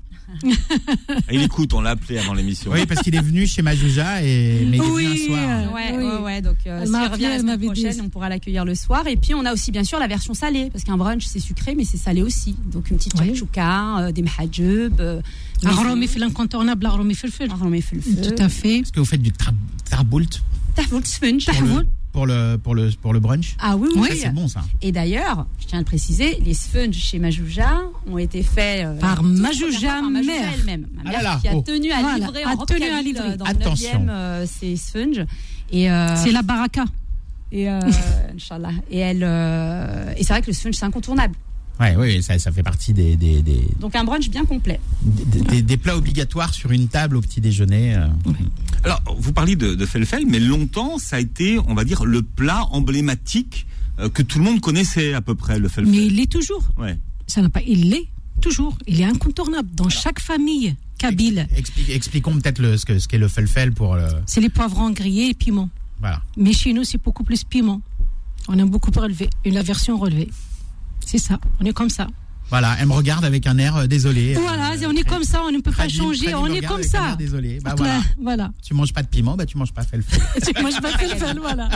S2: Ah, Il écoute, on l'a appelé avant l'émission.
S3: Oui, parce qu'il est venu chez Majouja et mais il est venu
S5: Oui,
S3: un soir.
S5: euh,
S6: Ouais,
S5: Oui.
S6: ouais, ouais. Donc, euh,
S5: Elle
S6: si
S5: m'a
S6: elle revient
S5: appelé,
S6: la
S5: elle
S6: semaine
S5: m'avait dit
S6: prochaine,
S5: ça.
S6: on pourra l'accueillir le soir. Et puis, on a aussi, bien sûr, la version salée, parce qu'un brunch, c'est sucré, mais c'est salé aussi. Donc, une petite
S5: Ouais.
S6: chakchouka, euh, des mahajub. Euh,
S5: العرومي في الانكونتورنابل العرومي في الفل
S6: Arromé fait le feu.
S5: tout à fait
S3: Est-ce que vous faites du tra- tarboult
S6: Tahvoul Sfunch.
S3: pour le, pour, le, pour, le, pour le brunch
S6: Ah oui,
S3: Ça,
S6: oui.
S3: c'est bon ça.
S6: Et d'ailleurs, je tiens à le préciser, les sponges chez Majouja ont été faits euh,
S5: Par
S6: la toute
S5: Majouja
S6: première fois par Majouja
S5: mère.
S6: elle-même. Ma
S3: Ah là
S6: mère
S3: là,
S6: qui a
S3: oh.
S6: tenu à
S5: Voilà,
S6: livrer
S5: a
S6: en
S5: tenu
S6: tenu
S5: à livrer.
S6: dans
S3: Attention.
S6: le 9e euh, ces sponges. Et, euh,
S5: c'est la baraka
S6: et, euh, Inch'Allah. Et, elle, euh, et c'est vrai que le sponge, c'est incontournable.
S3: Ouais, oui, oui, ça, ça fait partie des, des, des,
S6: Donc un brunch bien complet.
S3: des- des- des plats obligatoires sur une table au petit déjeuner. euh.
S2: Alors, vous parliez de, de Felfel, mais longtemps, ça a été, on va dire, le plat emblématique euh, que tout le monde connaissait à peu près, le Felfel.
S5: mais il est toujours
S2: Ouais.
S5: ça n'a pas il l'est toujours il est incontournable dans chaque famille kabyle
S3: Expli- expliquons peut-être le- ce que- ce qu'est le felfel pour le.
S5: c'est les poivrons grillés et piment
S3: Voilà.
S5: mais chez nous c'est beaucoup plus piment on a beaucoup relevé une la version relevée c'est ça on est comme ça
S3: Voilà, elle me regarde avec un air euh, désolé.
S5: voilà
S3: Euh,
S5: on est
S3: très-
S5: comme ça on ne peut pas
S3: Khadim-
S5: changer
S3: Khadim
S5: on
S3: me
S5: est
S3: regarde
S5: comme
S3: avec un
S5: ça
S3: air Désolé. Bah
S5: Ouais,
S3: voilà.
S5: voilà.
S3: Tu manges pas de piment, bah tu manges pas felfel.
S5: Moi, je m'appelle Fel, voilà.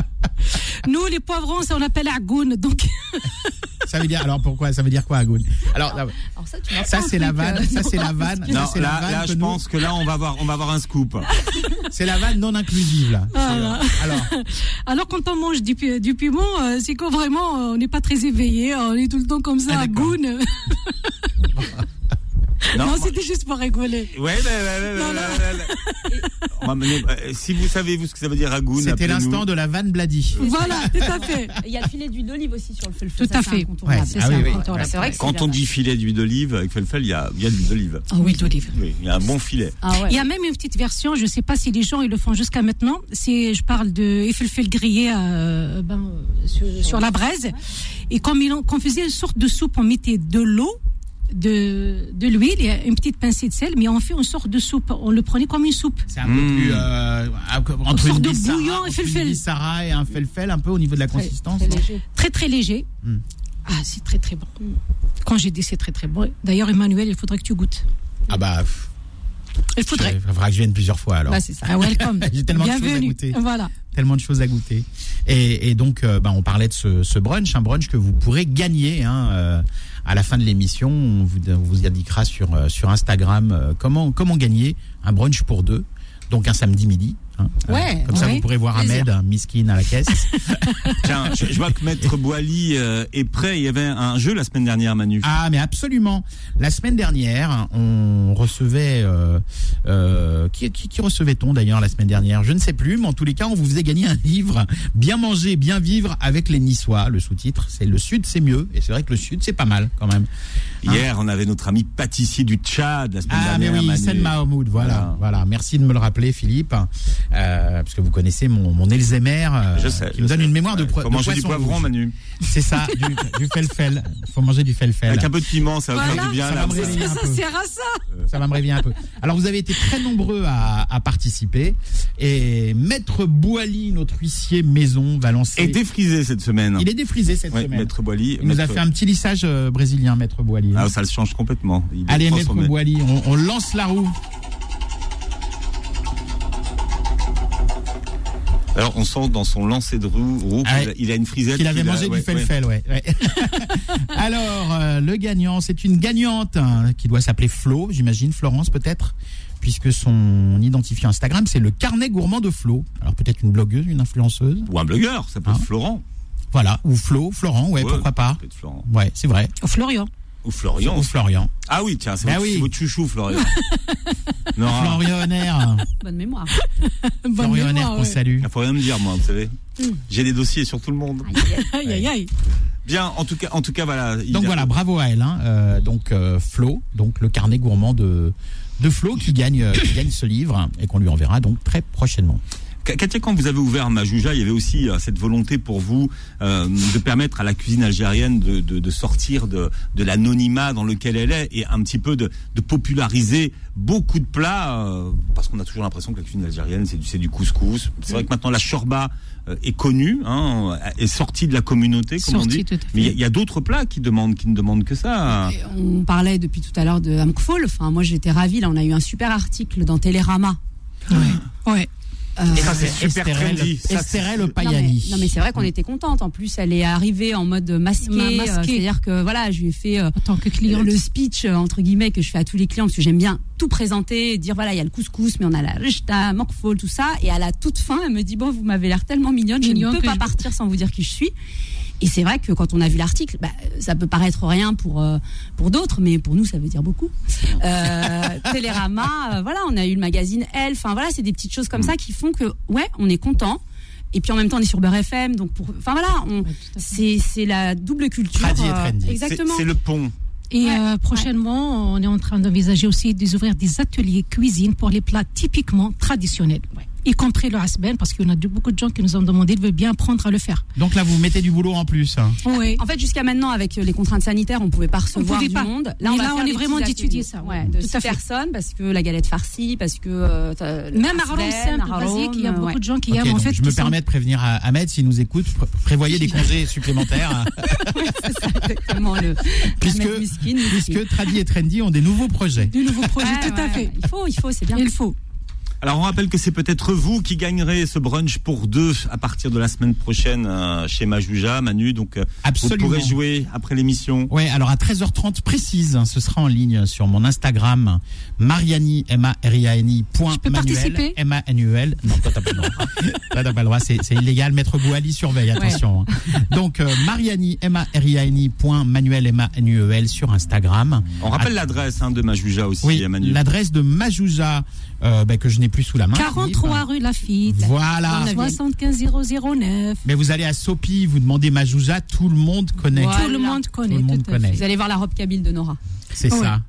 S5: Nous, les poivrons, ça, on l'appelle agoun. Donc,
S3: ça veut dire alors pourquoi Ça veut dire quoi, Agoun Alors là,
S6: Alors ça, tu m'as
S3: ça
S6: pas un
S3: c'est la
S6: truc, euh,
S3: vanne, ça
S6: non.
S3: c'est la vanne, ça
S2: Non,
S3: c'est la
S2: là,
S3: vanne
S2: là,
S3: que
S2: je
S3: nous-
S2: pense que là, on va avoir, on va avoir un scoop.
S3: c'est la vanne non inclusive là. Alors
S5: alors quand on mange du, pi- du piment, euh, c'est que vraiment, euh, on n'est pas très éveillé. On est tout le temps comme ça,
S3: Ah, d'accord.
S5: agoun.
S2: Non,
S5: Non,
S2: moi-
S5: c'était juste pour rigoler.
S2: Ouais, bah, bah, bah, bah, bah, bah, bah. On va mener- euh, si vous savez vous ce que ça veut dire ragoût,
S3: c'était l'instant de la vanne Bladi.
S5: Voilà, tout à fait.
S6: Il y a le filet d'huile d'olive aussi sur le feu.
S5: Tout à fait.
S3: Ouais,
S5: C'est
S3: ah
S5: ça,
S3: oui, oui.
S5: quand on
S3: Ouais,
S5: l'a
S6: c'est vrai
S5: fait.
S6: que-
S2: Quand on dit filet d'huile d'olive avec Felfel, il y a, il y a de l'huile d'olive.
S5: Ah oui, d'olive.
S2: Oui, il y a un bon filet.
S6: Ah
S5: Il y
S6: ouais.
S5: a même une petite version, je ne sais pas si les gens ils le font jusqu'à maintenant. C'est, je parle de effulfel grillé euh, ben, euh, sur, sur la braise. Et comme ils ont, qu'on faisait une sorte de soupe, on mettait de l'eau, de, de l'huile, et une petite pincée de sel, mais on fait une sorte de soupe. On le prenait comme une soupe.
S3: C'est un peu
S2: Mm.
S3: plus euh, entre
S5: sorte
S3: une
S5: de
S3: bissara-
S5: bouillon et
S3: entre une
S5: felfel.
S3: bissara et un felfel un peu au niveau de la consistance.
S6: hein.
S5: Très très léger.
S3: Hmm.
S5: Ah, c'est très très bon. Quand j'ai dit c'est très très bon. D'ailleurs, Emmanuel, il faudrait que tu goûtes.
S3: Ah bah pff,
S5: Il faudrait.
S3: il faudra que je vienne plusieurs fois alors.
S6: Bah, c'est ça.
S5: Ah, welcome.
S3: J'ai tellement de choses à
S5: Bienvenue.
S3: goûter.
S5: Voilà.
S3: tellement de choses à goûter. Et, et donc, euh, ben, on parlait de ce, ce brunch, un brunch que vous pourrez gagner hein, euh, à la fin de l'émission. On vous, on vous indiquera sur, euh, sur Instagram euh, comment, comment gagner un brunch pour deux, donc un samedi midi. hein.
S6: Ouais,
S3: comme ça,
S5: ouais,
S3: vous pourrez voir
S5: plaisir.
S3: Ahmed, un miskin à la caisse.
S2: Tiens, je, je vois que Maître Boily euh, est prêt. Il y avait un jeu la semaine dernière, Manu.
S3: ah, mais absolument. La semaine dernière, on recevait... euh, euh, qui, qui, qui recevait-on d'ailleurs la semaine dernière Je ne sais plus, mais en tous les cas, on vous faisait gagner un livre, Bien manger, bien vivre avec les Niçois. Le sous-titre, c'est Le Sud, c'est mieux. Et c'est vrai que le Sud, c'est pas mal quand même.
S2: Hier, on avait notre ami pâtissier du Tchad la semaine
S3: hein. Ah, mais
S2: dernière.
S3: oui,
S2: Manu.
S3: Sen Mahamoud, voilà,
S2: Voilà.
S3: voilà. Merci de me le rappeler, Philippe, euh, parce que vous connaissez mon, mon Elzheimer, euh,
S2: Je sais.
S3: qui
S2: je
S3: me donne
S2: sais.
S3: une mémoire de,
S2: Ouais,
S3: pro-
S2: Faut
S3: de
S2: manger du
S3: poisson
S2: poivron,
S3: rouge.
S2: Manu.
S3: C'est ça, du, du felfel. faut manger du felfel.
S2: Avec un peu de piment, ça va faire
S5: Voilà.
S2: du bien.
S3: Ça
S2: là,
S3: va me
S2: ça.
S3: réveiller.
S5: Ça,
S3: un
S5: ça
S3: peu.
S5: sert à ça.
S3: Ça va me réveiller un peu. Alors, vous avez été très nombreux à, à participer. Et Maître Boily, notre huissier maison, va lancer...
S2: Et défrisé cette semaine.
S3: Il est défrisé cette
S2: Ouais,
S3: semaine.
S2: Maître Boily.
S3: Il nous a
S2: Maître-
S3: fait un petit lissage euh, brésilien, Maître Boily.
S2: Ah, ça le change complètement. Il est
S3: Allez, Maître
S2: transformé.
S3: Boily, on, on lance la roue.
S2: Alors, on sent dans son lancer de roue, roue
S3: Ah
S2: qu'il
S3: ouais.
S2: a- il a une frisette.
S3: Qu'il avait
S2: qu'il a-
S3: mangé
S2: ouais,
S3: du
S2: ouais.
S3: felfel, ouais. ouais. Alors, euh, le gagnant, c'est une gagnante hein, qui doit s'appeler Flo, j'imagine, Florence peut-être, puisque son identifiant Instagram, c'est le carnet gourmand de Flo. Alors peut-être une blogueuse, une influenceuse,
S2: Ou un blogueur, ça peut être
S3: Hein
S2: Florent.
S3: voilà, ou Flo, Florent,
S2: Ouais,
S3: ouais, pourquoi
S2: ça
S3: pas.
S2: peut être Florent.
S3: Ouais, c'est vrai.
S5: Au Florian.
S2: Ou Florian.
S3: Ou Florian.
S2: Ah oui, tiens, c'est
S3: Bah
S2: votre,
S3: oui.
S2: c'est votre chouchou, Florian. non, hein.
S3: Ah. Florian Honner.
S6: Bonne mémoire.
S5: Bonne
S3: Florian Honner
S5: mémoire,
S3: qu'on
S5: ouais.
S3: salue.
S2: il faut rien me dire, moi, vous savez.
S3: Hmm.
S2: J'ai des dossiers sur tout le monde.
S6: Aïe, aïe, aïe.
S5: Aïe, aïe, aïe.
S2: Bien, en tout cas, en tout cas voilà. il
S3: Donc
S2: a-
S3: voilà, bravo à elle. hein. Euh, donc euh, Flo, donc le carnet gourmand de, de Flo qui gagne, euh, qui gagne ce livre et qu'on lui enverra donc très prochainement.
S2: Ka- Katia, quand vous avez ouvert Majouja, il y avait aussi euh, cette volonté pour vous euh, de permettre à la cuisine algérienne de, de- de sortir de, de l'anonymat dans lequel elle est et un petit peu de, de populariser beaucoup de plats, euh, parce qu'on a toujours l'impression que la cuisine algérienne, c'est du, c'est du couscous. C'est vrai que maintenant, la chorba euh, est connue, hein, est sortie de la communauté, comme on dit.
S5: Sortie, tout à fait. Euh,
S2: Mais il y a- il y a, d'autres plats qui, demandent, qui ne demandent que ça.
S6: Et On parlait depuis tout à l'heure de Amkfol. Enfin, moi, j'étais ravie. Là, on a eu un super article dans Télérama.
S5: Ouais. Ouais.
S6: Euh,
S2: ça, c'est super
S3: Estérel-
S2: trendy. Ça, c'est-
S3: Estérel
S6: non, mais,
S3: Payani.
S6: non, mais c'est vrai qu'on était contente. En plus, elle est arrivée en mode masqué.
S5: Ma- masquée.
S6: euh, C'est-à-dire que voilà, je lui ai fait euh,
S5: En tant que client,
S6: le speech euh, entre guillemets que je fais à tous les clients parce que j'aime bien tout présenter, dire voilà, il y a le couscous, mais on a la rishta, morfol, tout ça. Et à la toute fin, elle me dit bon, vous m'avez l'air tellement mignonne, je
S5: Mignon
S6: ne peux
S5: que
S6: pas
S5: je-
S6: partir sans vous dire qui je suis. Et c'est vrai que quand on a vu l'article, bah, ça peut paraître rien pour euh, pour d'autres, mais pour nous ça veut dire beaucoup. Euh, Télérama, euh, voilà, on a eu le magazine Elle, enfin voilà, c'est des petites choses
S5: Mm.
S6: comme ça qui font que ouais, on est content. Et puis en même temps, on est sur Beurre FM, donc pour, enfin voilà, on, c'est c'est la double culture.
S3: Tradi et
S6: euh,
S3: trendy. C'est-
S2: C'est
S6: exactement.
S2: c'est le pont.
S5: Et
S6: Ouais,
S5: euh, prochainement, on est en train d'envisager aussi d'ouvrir des ateliers cuisine pour les plats typiquement traditionnels, y compris le hasben, parce qu'on a de- beaucoup de gens qui nous ont demandé de bien apprendre à le faire.
S3: Donc là, vous mettez du boulot en plus. hein.
S5: Oui.
S6: En fait, jusqu'à maintenant, avec euh, les contraintes sanitaires, on pouvait pas recevoir
S5: pouvait
S6: du
S5: pas.
S6: monde.
S5: Mais là,
S6: faire
S5: on est
S6: des
S5: vraiment
S6: petits
S5: d'étudier ça,
S6: ateliers. Ouais,
S5: oui.
S6: de
S5: Tout
S6: six
S5: à fait.
S6: personnes, parce que la galette farcie, parce que euh, t'as le
S5: Même
S6: hasben,
S5: haroun simple,
S6: haroun,
S5: basique, il y a
S6: euh,
S5: beaucoup
S6: ouais.
S5: de gens qui
S3: Ok,
S5: aiment en
S3: donc
S5: fait.
S3: je me
S5: qui sont-
S3: permets de prévenir à Ahmed, s'il nous écoute, pr- prévoyez des congés supplémentaires. hein.
S6: C'est ça, exactement le.
S3: puisque,
S6: Ahmed Miskine, Miskine.
S3: puisque Tradi et Trendy ont des nouveaux projets.
S5: de nouveaux
S6: Ouais,
S5: projets, tout
S6: ouais,
S5: à
S6: ouais.
S5: fait.
S6: Il faut, il faut, c'est bien.
S5: Il faut.
S2: Alors on rappelle que c'est peut-être vous qui gagnerez ce brunch pour deux à partir de la semaine prochaine euh, chez Majouja, Manu. Donc euh,
S3: Absolument.
S2: vous pourrez jouer après l'émission.
S3: Ouais, alors à 13h30 précise, hein, ce sera en ligne sur mon Instagram, Mariani, m a r i a n -I, point
S5: Je peux
S3: Manuel,
S5: participer
S3: m a n u l Non, toi, t'as pas le droit. Toi, t'as pas le droit, c'est c'est illégal. Maître Bouali surveille, attention. hein. Donc, euh, Mariani, m a r i a n -I, point Manuel, m a n u E l sur Instagram.
S2: On rappelle l'adresse hein, de Majouja aussi,
S3: Oui,
S2: Manu.
S3: l'adresse de Majouja, euh, ben, que je n'ai plus sous la main.
S5: 43 rue Lafitte.
S3: Voilà.
S5: 75 009.
S3: Mais vous allez à Sopi, vous demandez Majouja, tout le monde connaît.
S6: Voilà.
S5: Tout le monde connaît.
S3: Tout le monde
S5: à fait.
S3: connaît.
S6: Vous allez voir la robe kabyle de Nora.
S3: C'est
S5: Ouais.
S3: ça.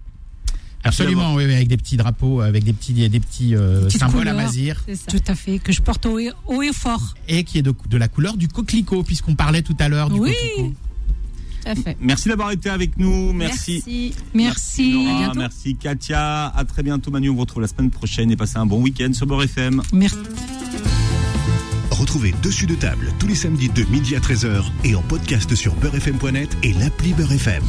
S3: Absolument, oui, oui, avec des petits drapeaux, euh, avec des petits, des petits euh,
S5: Petites
S3: symboles à
S5: couleurs.
S3: Mazir,
S6: C'est ça.
S5: Tout à fait, que je porte haut et, haut et fort.
S3: et qui est de, de la couleur du coquelicot, puisqu'on parlait tout à l'heure du
S5: Oui.
S3: coquelicot.
S6: Tout à fait.
S2: Merci d'avoir été avec nous. Merci.
S6: Merci.
S5: Merci.
S2: Laura.
S5: À bientôt.
S2: merci Katia. À très bientôt Manu. On vous retrouve la semaine prochaine et passez un bon week-end sur Beurre FM.
S5: Merci.
S1: Retrouvez Dessus de table tous les samedis de midi à 13h et en podcast sur beurrefm.net et l'appli Beurre FM.